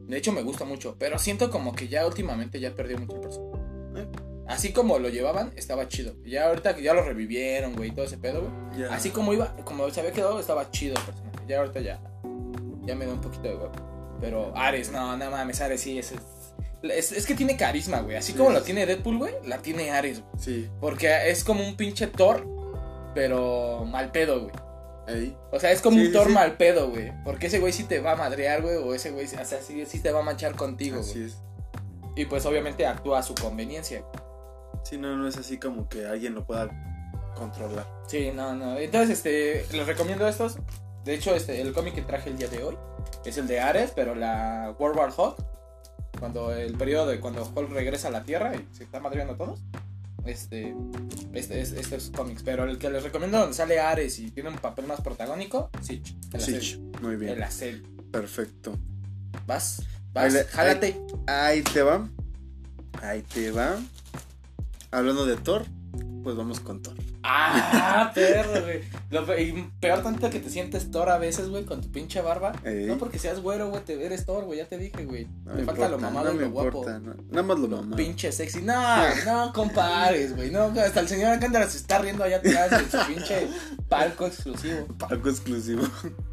De hecho, me gusta mucho. Pero siento como que ya últimamente ya perdió mucho el personaje. ¿Eh? Así como lo llevaban, estaba chido. Ya ahorita que ya lo revivieron, güey, y todo ese pedo, güey. Ya. Así como iba, como se había quedado, estaba chido el personaje. Ya ahorita ya. Ya me da un poquito de huevo. Pero Ares, no, no mames, Ares sí, es. Es, es que tiene carisma, güey. Así Sí, como sí, lo sí. tiene Deadpool, güey, la tiene Ares, güey. Sí. Porque es como un pinche Thor, pero mal pedo, güey. Ahí. O sea, es como Sí, un sí, Thor sí. mal pedo, güey. Porque ese güey sí te va a madrear, güey. O ese güey, o sea, sí, sí te va a manchar contigo, Así güey. es. Y pues obviamente actúa a su conveniencia. Sí, no, no es así como que alguien lo pueda controlar. Sí, no, no. Entonces, este, les recomiendo estos. De hecho, este, el cómic que traje el día de hoy es el de Ares, pero la World War Hulk. Cuando el periodo de cuando Hulk regresa a la Tierra y se está madriando a todos. Este, este, es- estos cómics. Pero el que les recomiendo donde sale Ares y tiene un papel más protagónico, Sitch. El Sí, Asedio. muy bien. El Asedio. Perfecto. Vas, Ahí vas, le- jálate. Ahí te va. Ahí te va. Hablando de Thor, pues vamos con Thor. Ah, perro, güey. Lo pe- y peor tanto que te sientes Thor a veces, güey, con tu pinche barba. Ey. No porque seas güero, güey, te eres Thor, güey, ya te dije, güey. No te me falta lo importa, mamado no y me lo guapo. importa, no. Nada más lo mamado. Pinche sexy. No, no compares, güey. No, hasta el señor Alcántara se está riendo allá atrás de su pinche palco exclusivo. Algo exclusivo.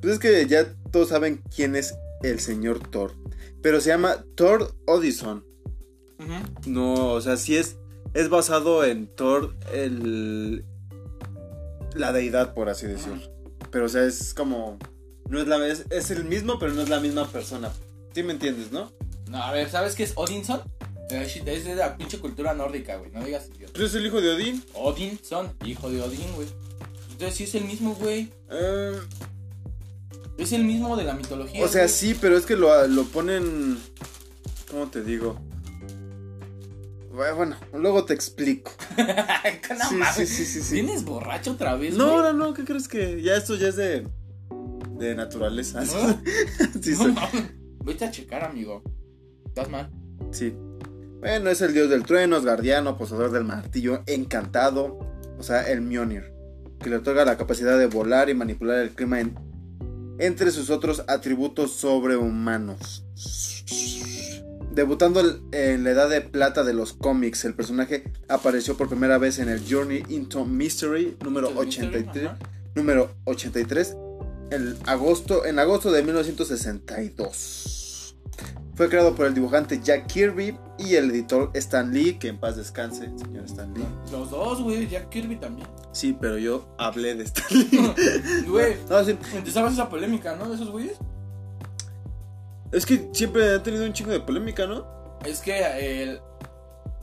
Pues es que ya todos saben quién es el señor Thor. Pero se llama Thor Odison. Ujú. No, o sea, sí es. Es basado en Thor, el. La deidad, por así decirlo. Pero, o sea, es como. No es, la, es, es el mismo, pero no es la misma persona. ¿Sí me entiendes, no? No, a ver, ¿sabes qué es Odinson? Eh, shit, Es de la pinche cultura nórdica, güey. No digas idiota. Pues es el hijo de Odín. Odinson, hijo de Odín, güey. Entonces sí es el mismo, güey. Eh, Es el mismo de la mitología. o sea, güey. sí, pero es que lo, lo ponen. ¿Cómo te digo? Bueno, bueno, luego te explico. no sí, mames. sí, sí, sí, sí. ¿Vienes borracho otra vez, No, güey? no, no, ¿qué crees que? Ya esto ya es de. de naturaleza. No. Sí, No soy- mames. Vete a checar, amigo. Estás mal. Sí. Bueno, es el dios del trueno, asgardiano, poseedor del martillo encantado, o sea, el Mjolnir, que le otorga la capacidad de volar y manipular el clima en- entre sus otros atributos sobrehumanos. Debutando el- en la edad de plata de los cómics, el personaje apareció por primera vez en el Journey into Mystery número Entonces, 83, ajá. número 83 el agosto, en agosto de 1962. Fue creado por el dibujante Jack Kirby y el editor Stan Lee, que en paz descanse, señor Stan Lee. Los dos, güey, Jack Kirby también. Sí, pero yo hablé de Stan Lee. Güey, No, sí, ¿te sabes esa polémica, no? De esos güeyes. es que siempre ha tenido un chingo de polémica, ¿no? Es que el,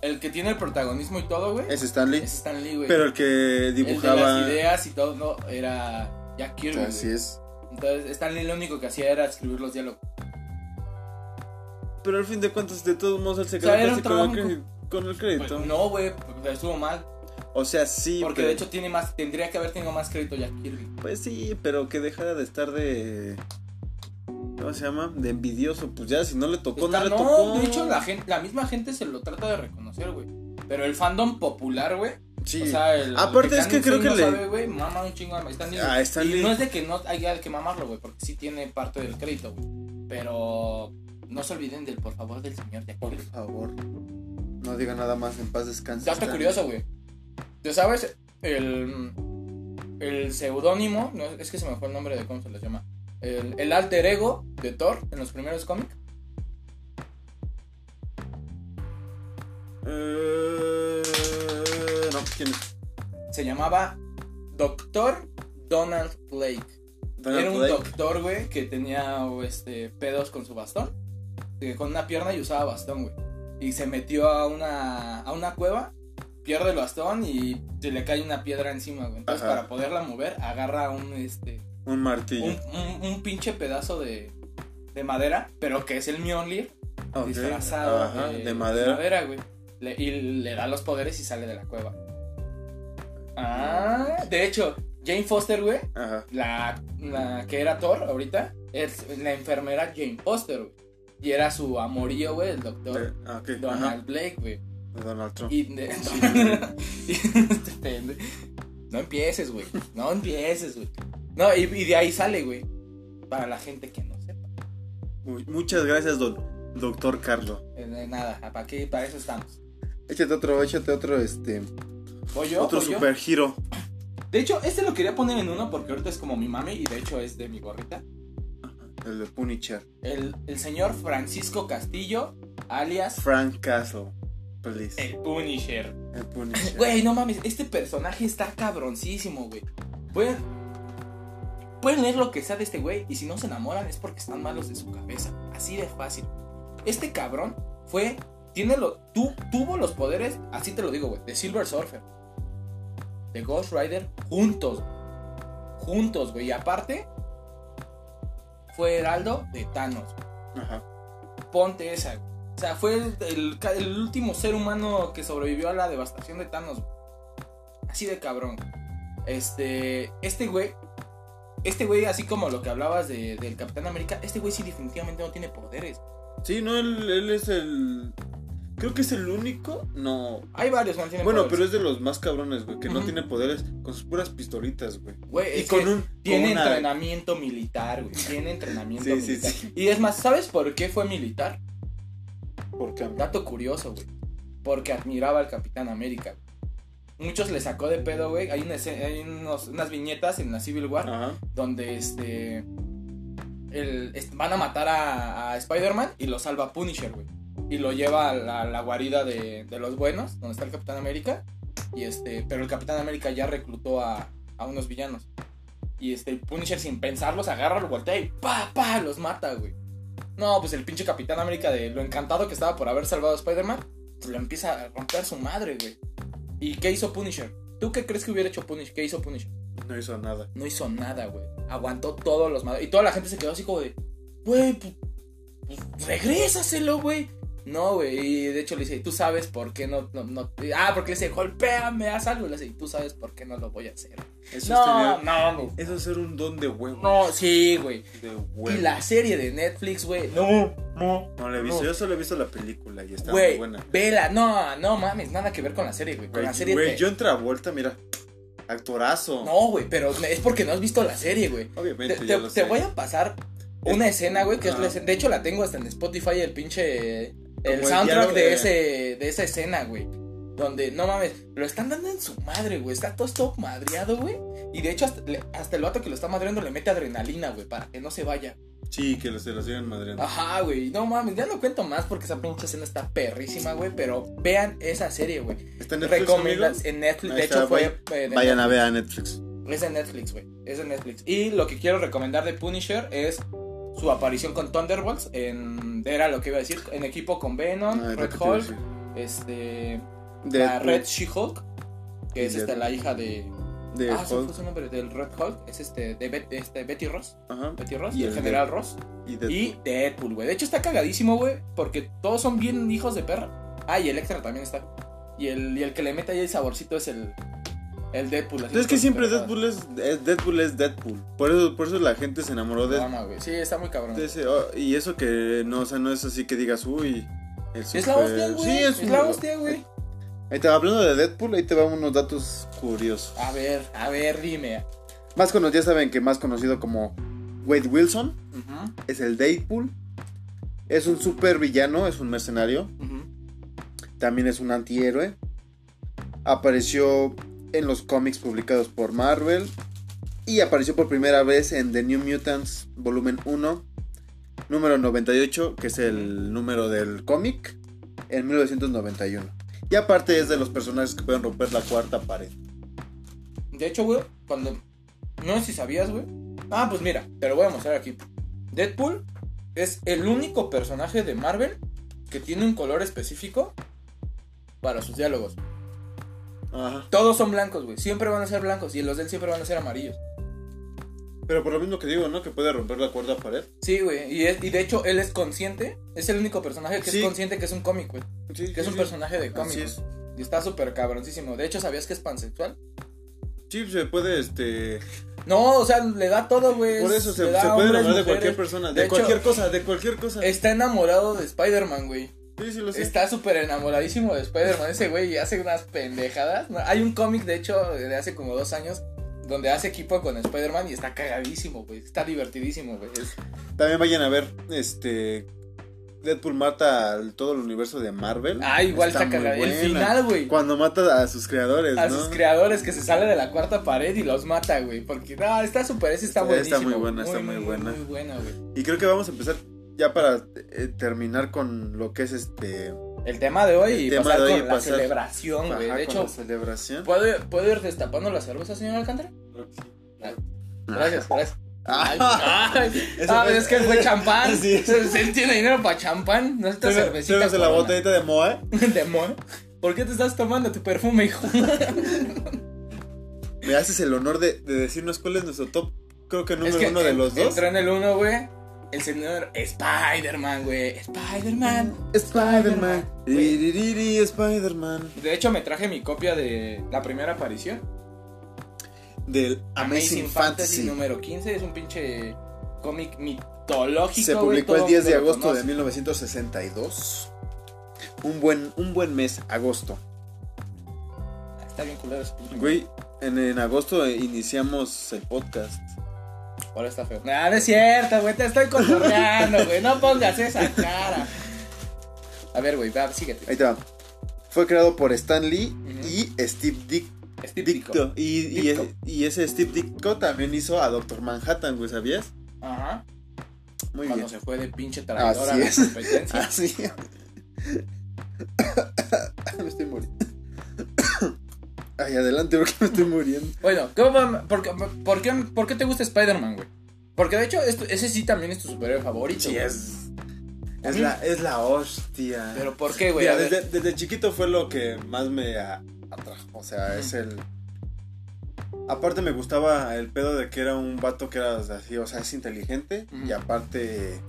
el que tiene el protagonismo y todo, güey, es, Es Stan Lee. Stan Lee, güey. Pero el que dibujaba. El de las ideas y todo no, era Jack Kirby. güey. Así es. Entonces, Stan Lee lo único que hacía era escribir los diálogos. Pero al fin de cuentas, de todos modos, él se O quedó sea, era casi un con el, trabajo. crédito- con el Pues, crédito. no, güey, porque estuvo mal. O sea, sí, Porque pero, de hecho tiene más, tendría que haber tenido más crédito Jack Kirby. Pues sí, pero que dejara de estar de. ¿Cómo se llama? De envidioso. Pues ya, si no le tocó, Está- no le no, tocó. de hecho la gente, la misma gente se lo trata de reconocer, güey. Pero el fandom popular, güey. Sí. O sea, el, Aparte el es que creo Stan que no le- sabe, güey, mama un chingo a Stan Lee, güey. Ah, Stan Lee. Y no es de que no haya que mamarlo, güey, porque sí tiene parte del crédito, güey. Pero no se olviden del por favor del señor Jack Por Kirby. favor. No diga nada más, en paz descanse. Dato Stan Lee. curioso, güey. ¿Tú sabes el, el seudónimo? No, es que se me fue el nombre de cómo se lo llama. El, el alter ego de Thor en los primeros cómics. Eh, no, pues, ¿quién es? Se llamaba Doctor Donald Blake. Donald Era un Blake. doctor, güey, que tenía o, este, pedos con su bastón. que Con una pierna y usaba bastón, güey. Y se metió a una, a una cueva, pierde el bastón y se le cae una piedra encima, güey. Entonces, Ajá. para poderla mover, agarra un, este, Un martillo. un, un- un pinche pedazo de, de madera, pero que es el Mjolnir, Ok. disfrazado eh, Ajá, de, madera. güey. Le- y le da los poderes y sale de la cueva. Ah, de hecho, Jane Foster, güey, Ajá. la, la que era Thor ahorita, es la enfermera Jane Foster, güey. Y era su amorío, güey, el doctor De, ah, ok, ajá, Donald Blake, güey. de Donald Trump. Y de- y este pende- No empieces, güey. No empieces, güey. No, y, y de ahí sale, güey. Para la gente que no sepa. Uy, muchas gracias, don, doctor Carlos. Eh, de nada, para qué, para eso estamos. Échate otro, échate otro, este. Voy yo, otro voy yo. super giro. De hecho, este lo quería poner en uno porque ahorita es como mi mami y de hecho es de mi gorrita. El de Punisher. El, el señor Francisco Castillo, alias Frank Castle. Please. el Punisher. El Punisher. Güey, no mames, este personaje está cabroncísimo, güey. Pueden, pueden leer lo que sea de este güey y si no se enamoran es porque están malos de su cabeza. Así de fácil. Este cabrón fue, tiene lo, tu- tuvo los poderes, así te lo digo, güey, de Silver Surfer, de Ghost Rider, juntos. Juntos, güey. Y aparte, fue heraldo de Thanos. Ajá. Ponte esa. güey. O sea, fue el, el ca- el último ser humano que sobrevivió a la devastación de Thanos. güey. Así de cabrón. Este. Este güey. Este güey, así como lo que hablabas de- del Capitán América, este güey sí definitivamente no tiene poderes. Sí, no, él, él es el. Creo que es el único. No. Hay varios que no tienen Bueno, pero poderes. es de los más cabrones, güey. Que no Ujú. tiene poderes con sus puras pistolitas, güey. Güey, Y es con que un. con Tiene una- entrenamiento militar, güey. Tiene entrenamiento Sí, sí, militar. sí. Y es más, ¿sabes por qué fue militar? Por cambio. Dato curioso, güey. Porque admiraba al Capitán América. Muchos le sacó de pedo, güey. Hay, una escena- hay unos- unas viñetas en la Civil War Ajá. donde este, el- est- van a matar a, a Spider-Man y lo salva Punisher, güey. Y lo lleva a la, la guarida de, de los buenos, donde está el Capitán América. Y este, pero el Capitán América ya reclutó a, a unos villanos. Y este, el Punisher sin pensar los agarra, los voltea y pa, pa, los mata, güey. No, pues el pinche Capitán América de lo encantado que estaba por haber salvado a Spider-Man, pues lo empieza a romper su madre, güey. ¿Y qué hizo Punisher? ¿Tú qué crees que hubiera hecho Punisher? ¿Qué hizo Punisher? No hizo nada. No hizo nada, güey. Aguantó todos los madres. Y toda la gente se quedó así como de, güey, pu- pues, regrésaselo, güey. No, güey. Y de hecho le dice, tú sabes por qué no. no, no- Ah, porque le dice, golpeame, haz algo. Y le dice, tú sabes por qué no lo voy a hacer. Eso es No, tener- no, güey. Eso es ser un don de huevo. No, sí, güey. De Y huevo. la serie de Netflix, güey. No, no. No la he visto. No. Yo solo he visto la película y está muy Güey, buena. vela. No, no mames, nada que ver con la serie, güey. Con la Güey, serie. güey, te- John Travolta, mira. Actorazo. No, güey, pero es porque no has visto la serie, güey. Te, Obviamente, te- ya lo te sé. voy a pasar una escena, güey, que es la Ah. escena- De hecho, la tengo hasta en Spotify, el pinche. el El soundtrack diálogo de, de- ese, de esa escena, güey. Donde, no mames, lo están dando en su madre, güey. Está todo esto madreado, güey. Y de hecho, hasta, le- hasta el vato que lo está madreando le mete adrenalina, güey, para que no se vaya. Sí, que se la sigan madreando. Ajá, güey. No mames, ya no cuento más porque esa pinche escena está perrísima, güey. Pero vean esa serie, güey. ¿Está en Netflix, Recomiendas amigos? en Netflix. Ahí de está, hecho, fue. eh, de Vayan a ver a Netflix. Es de Netflix, güey. Es de Netflix. Y lo que quiero recomendar de Punisher es su aparición con Thunderbolts. En, era lo que iba a decir. En equipo con Venom, Ay, Red repetido, sí. Hulk, este, la Deadpool, Red She-Hulk, que es Y este, Deadpool. la hija de. de ah, se Hulk, fue su nombre. Del Red Hulk. Es este, de Bet- este, Betty Ross. ajá, Betty Ross, Y y el el general Ross. y Deadpool. Y Deadpool, güey. De hecho, está cagadísimo, güey. Porque todos son bien hijos de perra. Ah, y Electra también está. Y el, y el que le mete ahí el saborcito es el. El Deadpool. así Pero es que con siempre perras. Deadpool es, es- Deadpool es Deadpool. Por eso, por eso la gente se enamoró de, No, no, güey. Sí, está muy cabrón. de ese. oh, y eso que no, o sea, no es así que digas, uy. el Es la super- hostia, güey. Sí, es, un- la hostia, güey. Ahí te va, hablando de Deadpool, ahí te van unos datos curiosos. A ver, a ver, dime. Más conocido, ya saben que más conocido como Wade Wilson es el Deadpool. Es un super villano, es un mercenario. También es un antihéroe. Apareció en los cómics publicados por Marvel. Y apareció por primera vez en The New Mutants Volumen 1, número 98, que es el número del cómic, en 1991. Y aparte es de los personajes que pueden romper la cuarta pared. De hecho, güey, cuando. No sé si sabías, güey. Ah, pues mira, te lo voy a mostrar aquí. Deadpool es el único personaje de Marvel que tiene un color específico para sus diálogos. Ajá. Todos son blancos, güey. Siempre van a ser blancos y los de él siempre van a ser amarillos. Pero por lo mismo que digo, ¿no? Que puede romper la cuarta pared. Sí, güey. Y, es- y de hecho, él es consciente. Es el único personaje que Sí. es consciente que es un cómic, güey. Sí, Que es un personaje de cómic. Así güey. es. Y está súper cabroncísimo. De hecho, ¿sabías que es pansexual? Sí, se puede, este... No, o sea, le da todo, güey. Por eso se, Le da se puede hombres, enamorar de mujeres. cualquier persona. De, De hecho- cualquier cosa, de cualquier cosa. Está enamorado de Spider-Man, güey. Sí, Pues sí, lo sé. Está súper enamoradísimo de Spider-Man. Ese güey y hace unas pendejadas. No, Hay un cómic, de hecho, de hace como dos años. Donde hace equipo con Spider-Man y está cagadísimo, güey. Está divertidísimo, güey. Es- También vayan a ver, este... Deadpool mata al todo el universo de Marvel. Ah, igual está, muy cagado. El buena. final, güey. Cuando mata a sus creadores, A ¿no? sus creadores que se sale de la cuarta pared y los mata, güey. Porque, no, está súper, ese está Está- buenísimo. está muy buena, güey. está muy buena. Muy buena, güey. Y creo que vamos a empezar ya para eh, terminar con lo que es este... El tema de hoy El y tema pasar de hoy con y la pasar- celebración, ajá, güey. De con hecho, pues, la celebración. ¿puedo, puedo ir destapando la cerveza, señor Alcántara? Gracias, gracias. Ay, ay. Ah. Eso Ah, fue- pero es que fue champán. Sí. Se- Él tiene dinero para champán. No está Tráigase- cervecita. tráigase la Corona. botellita de Moe. De mo- ¿Por qué te estás tomando tu perfume, hijo? Me haces el honor de, de decirnos cuál es nuestro top, creo que número es que uno de en- los dos. Entró en el uno, güey. El señor Spider-Man, güey. Spider-Man. Spider-Man. Güey. Iririri, Spider-Man. De hecho, me traje mi copia de la primera aparición. Del Amazing, Fantasy. número 15. Es un pinche cómic mitológico. Se güey, publicó el todo 10 de lo agosto de conoce. 1962. Un buen, un buen mes, agosto. Está bien culero ese pinche cómic. Güey, en, en agosto eh, iniciamos el podcast. Ahora está feo. Nah, no es cierto, güey. Te estoy contorneando, güey. No pongas esa cara. A ver, güey, va, síguete. Ahí te va. Fue creado por Stan Lee Ujú. y Steve Dick, Es típico. Dicto. Y, y, Ditko. y ese Steve Dicko también hizo a Doctor Manhattan, güey, ¿sabías? Ajá. Muy bien. Cuando Ah, se fue de pinche traidora a Así la es. competencia. Así. me estoy muriendo. Ay, adelante porque me estoy muriendo. Bueno, ¿cómo va- por, qué- por qué, por qué te gusta Spider-Man, güey? Porque de hecho, esto- ese sí también es tu superhéroe favorito. Sí, güey. es. Es la, es la hostia. Pero ¿por qué, güey? Mira, A ver. desde, desde chiquito fue lo que más me a- atrajo. O sea, es el. Aparte me gustaba el pedo de que era un vato que era así, o sea, es inteligente. Ujú. Y aparte.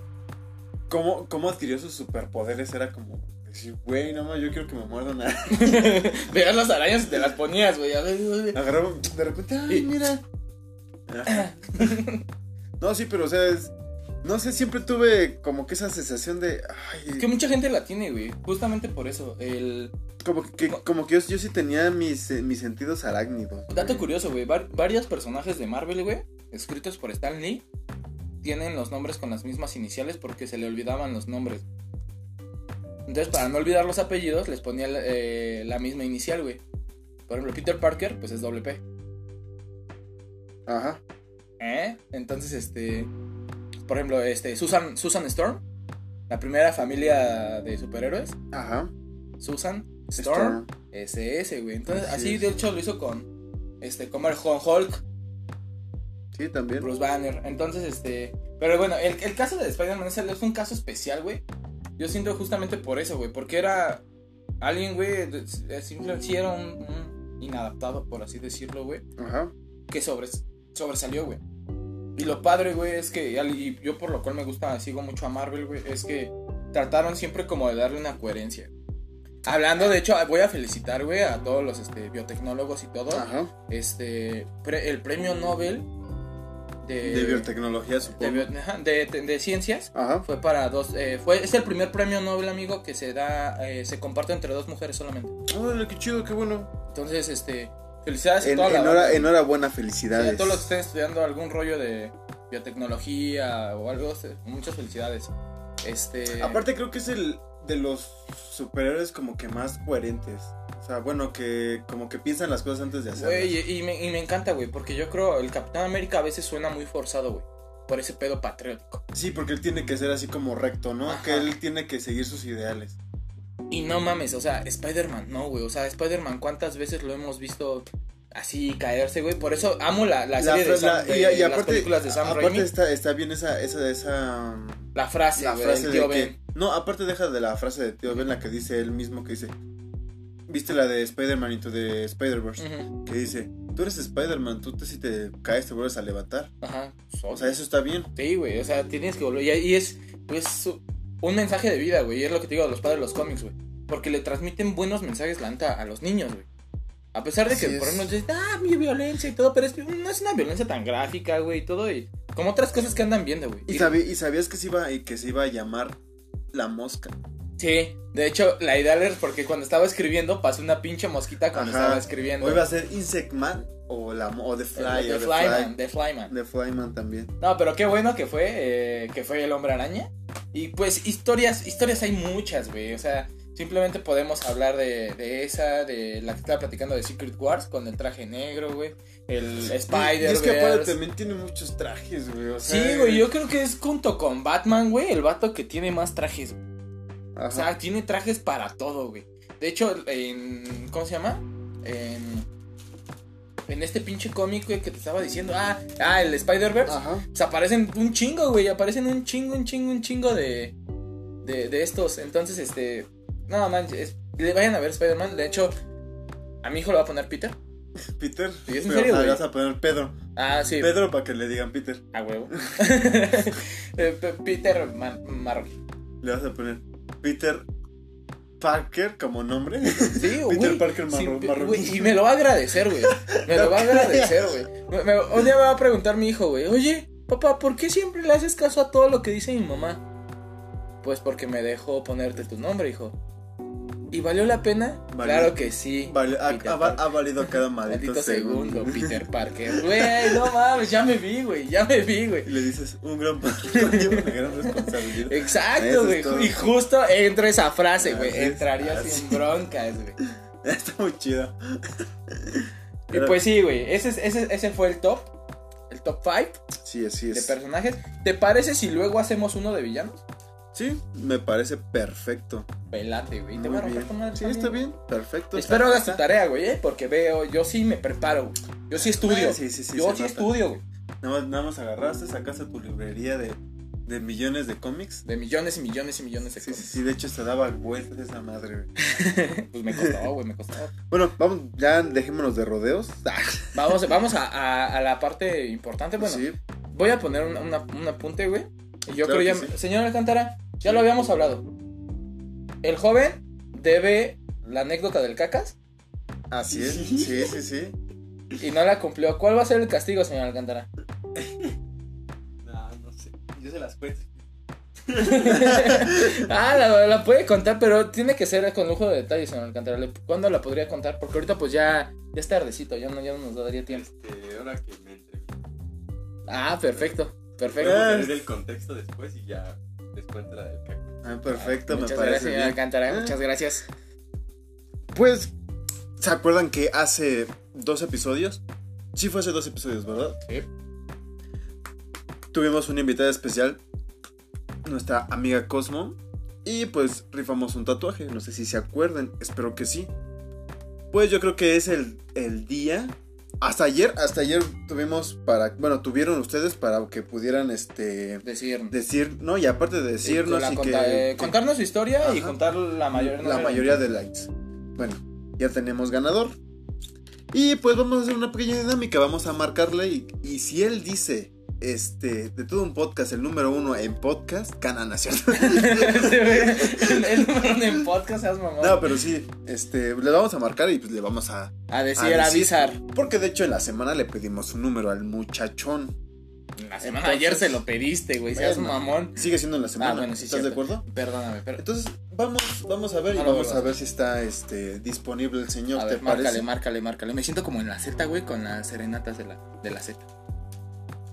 Cómo, cómo adquirió sus superpoderes era como. Decir, güey, no más, yo quiero que me muerdan. a-". Veías las arañas y te las ponías, güey. A ver, güey. Agarraba. De repente, ay, Y- mira. Ajá. no, sí, pero o sea, es- No sé, siempre tuve como que esa sensación de. Ay, Que mucha gente la tiene, güey. Justamente por eso. El Como que, como que yo, yo sí tenía mis, eh, mis sentidos arácnidos. güey. dato curioso, güey. var- varios personajes de Marvel, güey, escritos por Stan Lee, tienen los nombres con las mismas iniciales porque se le olvidaban los nombres. Entonces, para no olvidar los apellidos, les ponía eh, la misma inicial, güey. Por ejemplo, Peter Parker, pues es doble P. Ajá. ¿Eh? Entonces, este. Por ejemplo, este, Susan, Susan Storm, la primera familia de superhéroes. Ajá. Susan Storm, es ese, güey. Entonces, así, de hecho lo hizo con este, con Mar- con Hulk, este, Sí, también. Bruce Banner. Entonces, este. Pero bueno, el, el caso de Spider-Man ese es un caso especial, güey. Yo siento justamente por eso, güey. Porque era alguien, güey, de- de- simple- sí era un, un inadaptado, por así decirlo, güey. Ajá. Que sobres- sobresalió, güey. Y lo padre, güey, es que. y al- Y yo por lo cual me gusta, sigo mucho a Marvel, güey. Es que trataron siempre como de darle una coherencia. Hablando, de hecho, voy a felicitar, güey, a todos los este, biotecnólogos y todo Ajá. este pre- el premio Nobel de, de biotecnología, Eh, de, supongo. bio- ajá, de- de- de ciencias Ajá. fue para dos eh, fue es el primer premio Nobel amigo que se da eh, se comparte entre dos mujeres solamente Órale, qué chido, qué bueno. entonces este felicidades a En, toda la enhora- banda. enhorabuena, Sí, felicidades. a todos los que estén estudiando algún rollo de biotecnología o algo se- muchas felicidades este Aparte creo que es el de los superhéroes como que más coherentes. O sea, bueno, que como que piensan las cosas antes de hacerlas. güey, y, y me, y me encanta güey porque yo creo el Capitán América a veces suena muy forzado güey por ese pedo patriótico Sí, porque él tiene que ser así como recto, ¿no? eh. Ajá. Que él tiene que seguir sus ideales. Y no mames, o sea, Spider-Man no, güey. O sea, Spider-Man, ¿cuántas veces lo hemos visto así caerse, güey? Por eso amo la, la La serie de, fra- la- Sam- de y, y las aparte, películas de Sam aparte Raimi. está, está bien esa, esa, esa um, La frase, la güey, frase del de tío que- Ben. No, aparte deja de la frase de tío Ben, la que dice él mismo que dice. ¿Viste la de Spider-Man y tú de Spider-Verse? Ujú, Que dice, tú eres Spider-Man, tú te, si te caes te vuelves a levantar. Ajá. O sea, eso está bien. Sí, güey, o sea, tienes que volver. Y, y es, pues, su- un mensaje de vida, güey. Y es lo que te digo de los padres de los cómics, güey. Porque le transmiten buenos mensajes, la neta, a los niños, güey. A pesar de que, Así es. por ejemplo, dicen, ah, mi violencia y todo, pero es que no es una violencia tan gráfica, güey, y todo, y como otras cosas que andan viendo, güey. ¿Y, Y- sabi- y sabías que se, iba, y que se iba a llamar La Mosca? Sí, de hecho, la idea era porque cuando estaba escribiendo pasé una pinche mosquita cuando Ajá. estaba escribiendo. ¿O iba a ser Insect Man o, la, mo- o The Eh, Fly? The o The Flyman, Fly. The Flyman. The Flyman también. No, pero qué bueno que fue, eh, que fue el hombre araña. Y pues historias, historias hay muchas, güey. O sea, simplemente podemos hablar de, de esa, de la que estaba platicando de Secret Wars con el traje negro, güey. El Y Spider. es que aparte también tiene muchos trajes, güey. o sea, eh, Sí, güey, yo creo que es junto con Batman, güey, el vato que tiene más trajes, Ajá. O sea, tiene trajes para todo, güey. De hecho, en. ¿Cómo se llama? En. En este pinche cómic, güey, que te estaba diciendo. Ah, ah el Spider-Verse. Ajá. Se aparecen un chingo, güey. Aparecen un chingo, un chingo, un chingo de. De, de estos. Entonces, este. No, manches. Le vayan a ver Spider-Man. De hecho, a mi hijo lo va a poner Peter. Peter. Sí, es en pero serio, ah, güey. vas a poner Pedro. Ah, sí. Pedro para que le digan Peter. A huevo. Eh, Pe- Peter Man- Marvel. Le vas a poner Peter Parker como nombre. Sí, güey. Peter Parker Sí, marrón. pe- marrón. güey, y me lo va a agradecer, güey. Me lo va a agradecer, güey. Me- me- Un día me va a preguntar mi hijo, güey, oye, papá, ¿por qué siempre le haces caso a todo lo que dice mi mamá? Pues porque me dejó ponerte tu nombre, hijo. ¿Y valió la pena? Valió. Claro que sí. Vale, ha, Peter ha- Parker. ha valido cada maldito, Maldito segundo, segundo. Peter Parker. Güey, no mames, ya me vi, güey, ya me vi, güey. Y le dices, un gran partido lleva una gran responsabilidad. Eh. Eso Exacto, es güey. todo. Y justo entra esa frase, güey. Así es, Entraría así. sin broncas, güey. Está muy chida. Y pues sí, güey. Ese, es- ese, ese fue el top. El top 5. Sí, así de es. personajes. ¿Te parece si luego hacemos uno de villanos? Sí, me parece perfecto. Pelate, güey. Te Muy voy a romper tu madre bien. Sí, también, está güey. bien. Perfecto. Ah, Espero Está- hagas tu tarea, güey, ¿eh? porque veo, yo sí me preparo. güey. Yo sí estudio. Ah, sí, sí, sí, yo se sí nota. estudio, güey. Nada más, nada más agarraste, sacaste tu librería de, de millones de cómics. De millones y millones y millones de Sí, sí, cosas. sí, de hecho se daba vueltas esa madre. güey. Pues me costó, güey, me costó. Bueno, vamos, ya dejémonos de rodeos. Ah, Vamos, vamos a, a- a la parte importante. Bueno, sí, voy a poner un, una- un apunte, güey. Y Yo Claro creo ya. que sí. Señor Alcántara, ya lo habíamos hablado. El joven debe la anécdota del cacas así es. Sí, sí, sí. y no la cumplió. ¿Cuál va a ser el castigo, señor Alcántara? No, no sé. Yo se las cuento. ah, la, la puede contar, pero tiene que ser con lujo de detalles, señor Alcántara. Le- ¿Cuándo la podría contar? Porque ahorita pues ya, ya es tardecito, ya no, ya no nos daría tiempo. Este, ahora que me entrevisté. Ah, perfecto, perfecto. Podemos Eh, tener el contexto después y ya les cuento la del caca. Ah, perfecto, me Muchas gracias, parece señor bien. Alcántara, Ah. muchas gracias. Pues, ¿se acuerdan que hace dos episodios? Sí, fue hace dos episodios, ¿verdad? Sí. tuvimos una invitada especial, nuestra amiga Cosmo, y pues rifamos un tatuaje. No sé si se acuerdan, espero que sí. Pues yo creo que es el, el día. Hasta ayer, hasta ayer tuvimos para. Bueno, tuvieron ustedes para que pudieran este Decir. decir, ¿no? Y aparte de decirnos Este, la y conta- que. eh, contarnos su historia y Ajá. contar la mayoría. la mayoría de likes. Bueno, ya tenemos ganador. Y pues vamos a hacer una pequeña dinámica. Vamos a marcarle. Y, y si él dice, este, de todo un podcast, el número uno en podcast, Cana, ¿no es cierto? Sí, güey. el, el número uno en podcast, seas mamón. No, pero sí, este, le vamos a marcar y pues le vamos a, a a decir, decir- avisar. Porque de hecho en la semana le pedimos un número al muchachón. La semana Entonces- de ayer se lo pediste, güey. Seas Bueno. mamón. Sigue siendo en la semana. Ah, bueno, sí, ¿Estás de cierto. acuerdo? Perdóname, pero. Entonces, vamos, vamos a ver y Ahora vamos voy, a ver si está este, disponible el señor, A ¿te ver, parece? márcale, márcale, márcale. Me siento como en la Z, güey, con las serenatas de la, de la Z.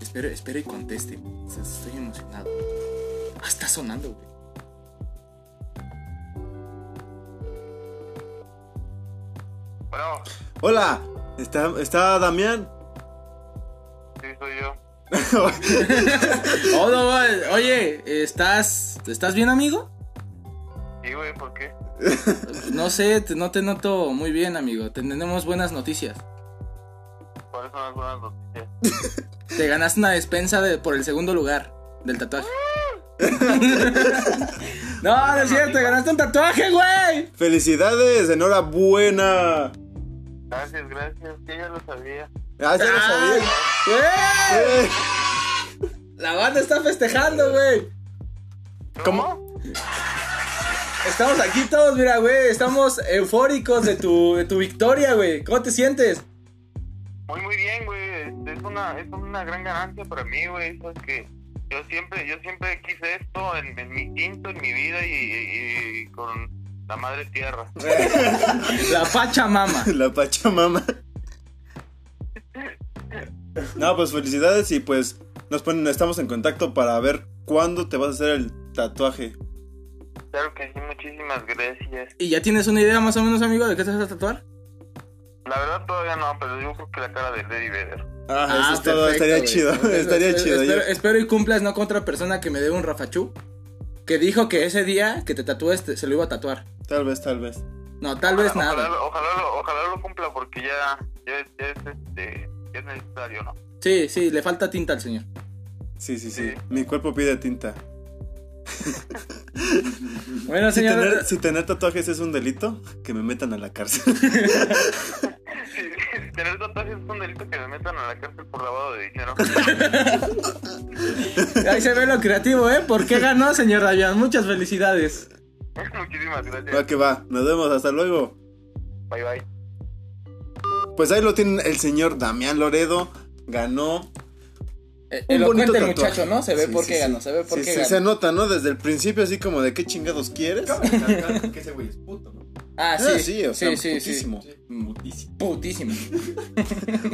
Espero, espero y conteste. O sea, Estoy emocionado. Ah, está sonando, güey. Bueno, Hola, ¿está, está Damián? sí, soy yo. Oh, no, güey. oye, ¿estás, ¿estás bien, amigo? Sí, güey, ¿por qué? No sé, te- no te noto muy bien, amigo. Te- Tenemos buenas noticias. ¿Cuáles son las buenas noticias? Te ganaste una despensa de, por el segundo lugar del tatuaje. no, no es cierto, te ganaste un tatuaje, güey. ¡Felicidades! ¡Enhorabuena! Gracias, gracias. Sí, ya lo sabía. Ah, ya lo sabía. Ah, ¡Güey! Eh, La banda está festejando, güey. ¿Cómo? Estamos aquí todos, mira, güey. Estamos eufóricos de tu, de tu victoria, güey. ¿Cómo te sientes? Muy, muy bien, güey. Este, Es una, es una gran ganancia para mí, güey. Sabes que yo siempre, yo siempre quise esto en, en mi tinto, en mi vida y, y- y con la madre tierra. La Pachamama. La Pachamama. No, pues felicidades y pues nos ponen, estamos en contacto para ver cuándo te vas a hacer el tatuaje. Claro que sí, muchísimas gracias. ¿Y ya tienes una idea más o menos, amigo, de qué te vas a tatuar? La verdad todavía no, pero yo creo que la cara de Lady Vader. Ah, eso es todo, perfecto, estaría güey. chido, Entonces, estaría espero- chido. Espero, yo- espero y cumplas, no con otra persona que me dé un Rafachú. Que dijo que ese día que te tatúes te- se lo iba a tatuar. Tal vez, tal vez. No, tal vez Ojalá- nada. Ojalá, ojalá, lo- ojalá lo cumpla porque ya, ya, es- ya es, este, ya es necesario, ¿no? Sí, sí, le falta tinta al señor. Sí, sí, sí, Sí. Mi cuerpo pide tinta. Bueno, Si señor. tener, si tener tatuajes es un delito, que me metan a la cárcel. Sí, Tener tatuajes es un delito que me metan a la cárcel por lavado de dinero. Ahí se ve lo creativo, ¿eh? ¿Por qué ganó, señor Davián? Muchas felicidades. Muchísimas gracias. va que va, nos vemos, hasta luego. Bye bye. Pues ahí lo tienen el señor Damián Loredo. Ganó Eh, Un bonito Elocuente el tatuaje. muchacho, ¿no? Se ve Sí, por sí, qué sí. ganó, se ve por Sí, qué sí, ganó. se nota, ¿no? Desde el principio, así como de qué chingados quieres. Que ese güey es puto, ¿no? Ah, sí, Ah, sí, o sea, sí, sí, sí. putísimo. Putísimo. Putísimo.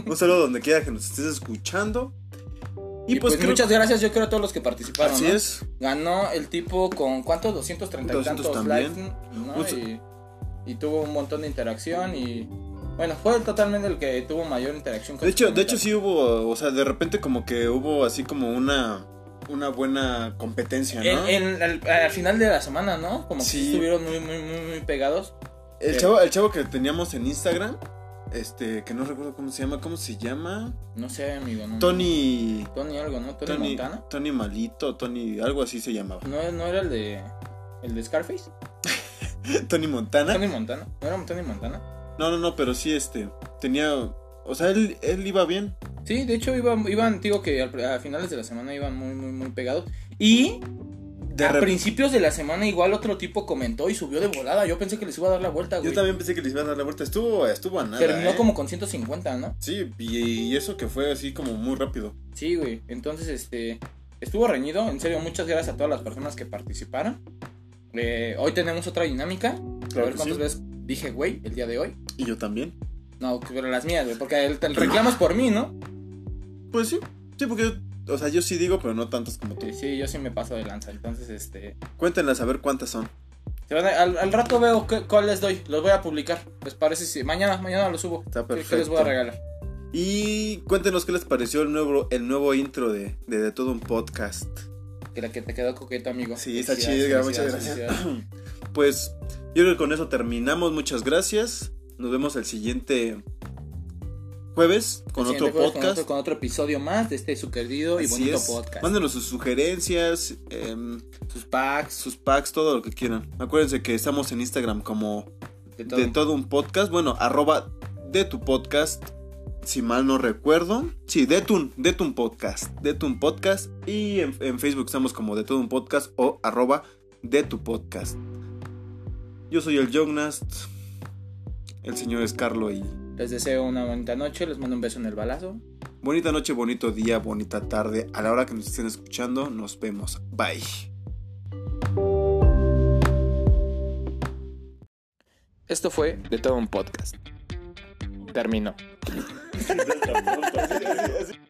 Un saludo donde quiera que nos estés escuchando. Y, pues, creo- muchas gracias, yo creo, a todos los que participaron. Así ¿no? es. Ganó el tipo con ¿cuánto? 230 y 200 tantos también. likes. ¿no? Pues- Y, y tuvo un montón de interacción y. Bueno, fue totalmente el que tuvo mayor interacción con De su hecho, de hecho comentario. sí hubo, o sea, de repente como que hubo así como una una buena competencia, ¿no? En- en- al, al final de la semana, ¿no? Como que Sí. estuvieron muy, muy, muy, muy pegados. El chavo, el chavo que teníamos en Instagram, este, que no recuerdo cómo se llama, ¿cómo se llama? No sé, amigo. No, Tony Tony algo, ¿no? Mm. Tony, Tony Montana. Tony Malito, Tony algo así se llamaba. ¿No, ¿No era el de. el de ¿Eh? Scarface? Tony Montana. Tony Montana. ¿No era Tony Montana? No, no, no, pero sí este tenía, o sea, él él iba bien. Sí, de hecho iban, iban digo que al- a finales de la semana iban muy, muy, muy pegados. Y De a rep- principios de la semana igual otro tipo comentó y subió de volada. Yo pensé que les iba a dar la vuelta, güey. Yo también pensé que les iba a dar la vuelta, estuvo estuvo a nada. Terminó ¿eh? como con 150, ¿no? Sí, y, y eso que fue así como muy rápido. Sí, güey. Entonces, este, estuvo reñido. En serio, muchas gracias a todas las personas que participaron. Eh, hoy tenemos otra dinámica. a Claro ver que cuántas sí. veces dije, güey, el día de hoy. Y yo también. No, pero las mías, güey, porque el, el reclamo es por mí, ¿no? Pues sí, sí, porque, yo- o sea, yo sí digo, pero no tantas como tú. Sí, sí, yo sí me paso de lanza. Entonces, este, Cuéntenlas a ver cuántas son. se van a- al, al rato veo qué- cuál les doy. Los voy a publicar. ¿Les parece? si mañana, mañana los subo. Está ¿Qué, qué les perfecto. voy a regalar? Y cuéntenos qué les pareció el nuevo, el nuevo intro de, de, de todo un podcast. Que la que te quedó coqueto, amigo. Sí, está Felicidades, chido, muchas felicidades, gracias. felicidades. Pues yo creo que con eso terminamos. Muchas gracias. Nos vemos el siguiente jueves con Siguiente otro jueves, Con podcast. otro, con otro episodio más de este su querido y Así bonito es. podcast. Mándenos sus sugerencias, em, Sus packs, sus packs, todo lo que quieran. Acuérdense que estamos en Instagram como de todo. de todo un podcast. Bueno, arroba de tu podcast. Si mal no recuerdo. Sí, de tu, de tu podcast. De tu podcast. Y en, en Facebook estamos como de todo un podcast o arroba de tu podcast. Yo soy el Jognast. El señor es Carlo y Les deseo una bonita noche, les mando un beso en el balazo. bonita noche, bonito día, bonita tarde. A la hora que nos estén escuchando, nos vemos. Bye. Esto fue de todo un podcast. Terminó. Así, así, así.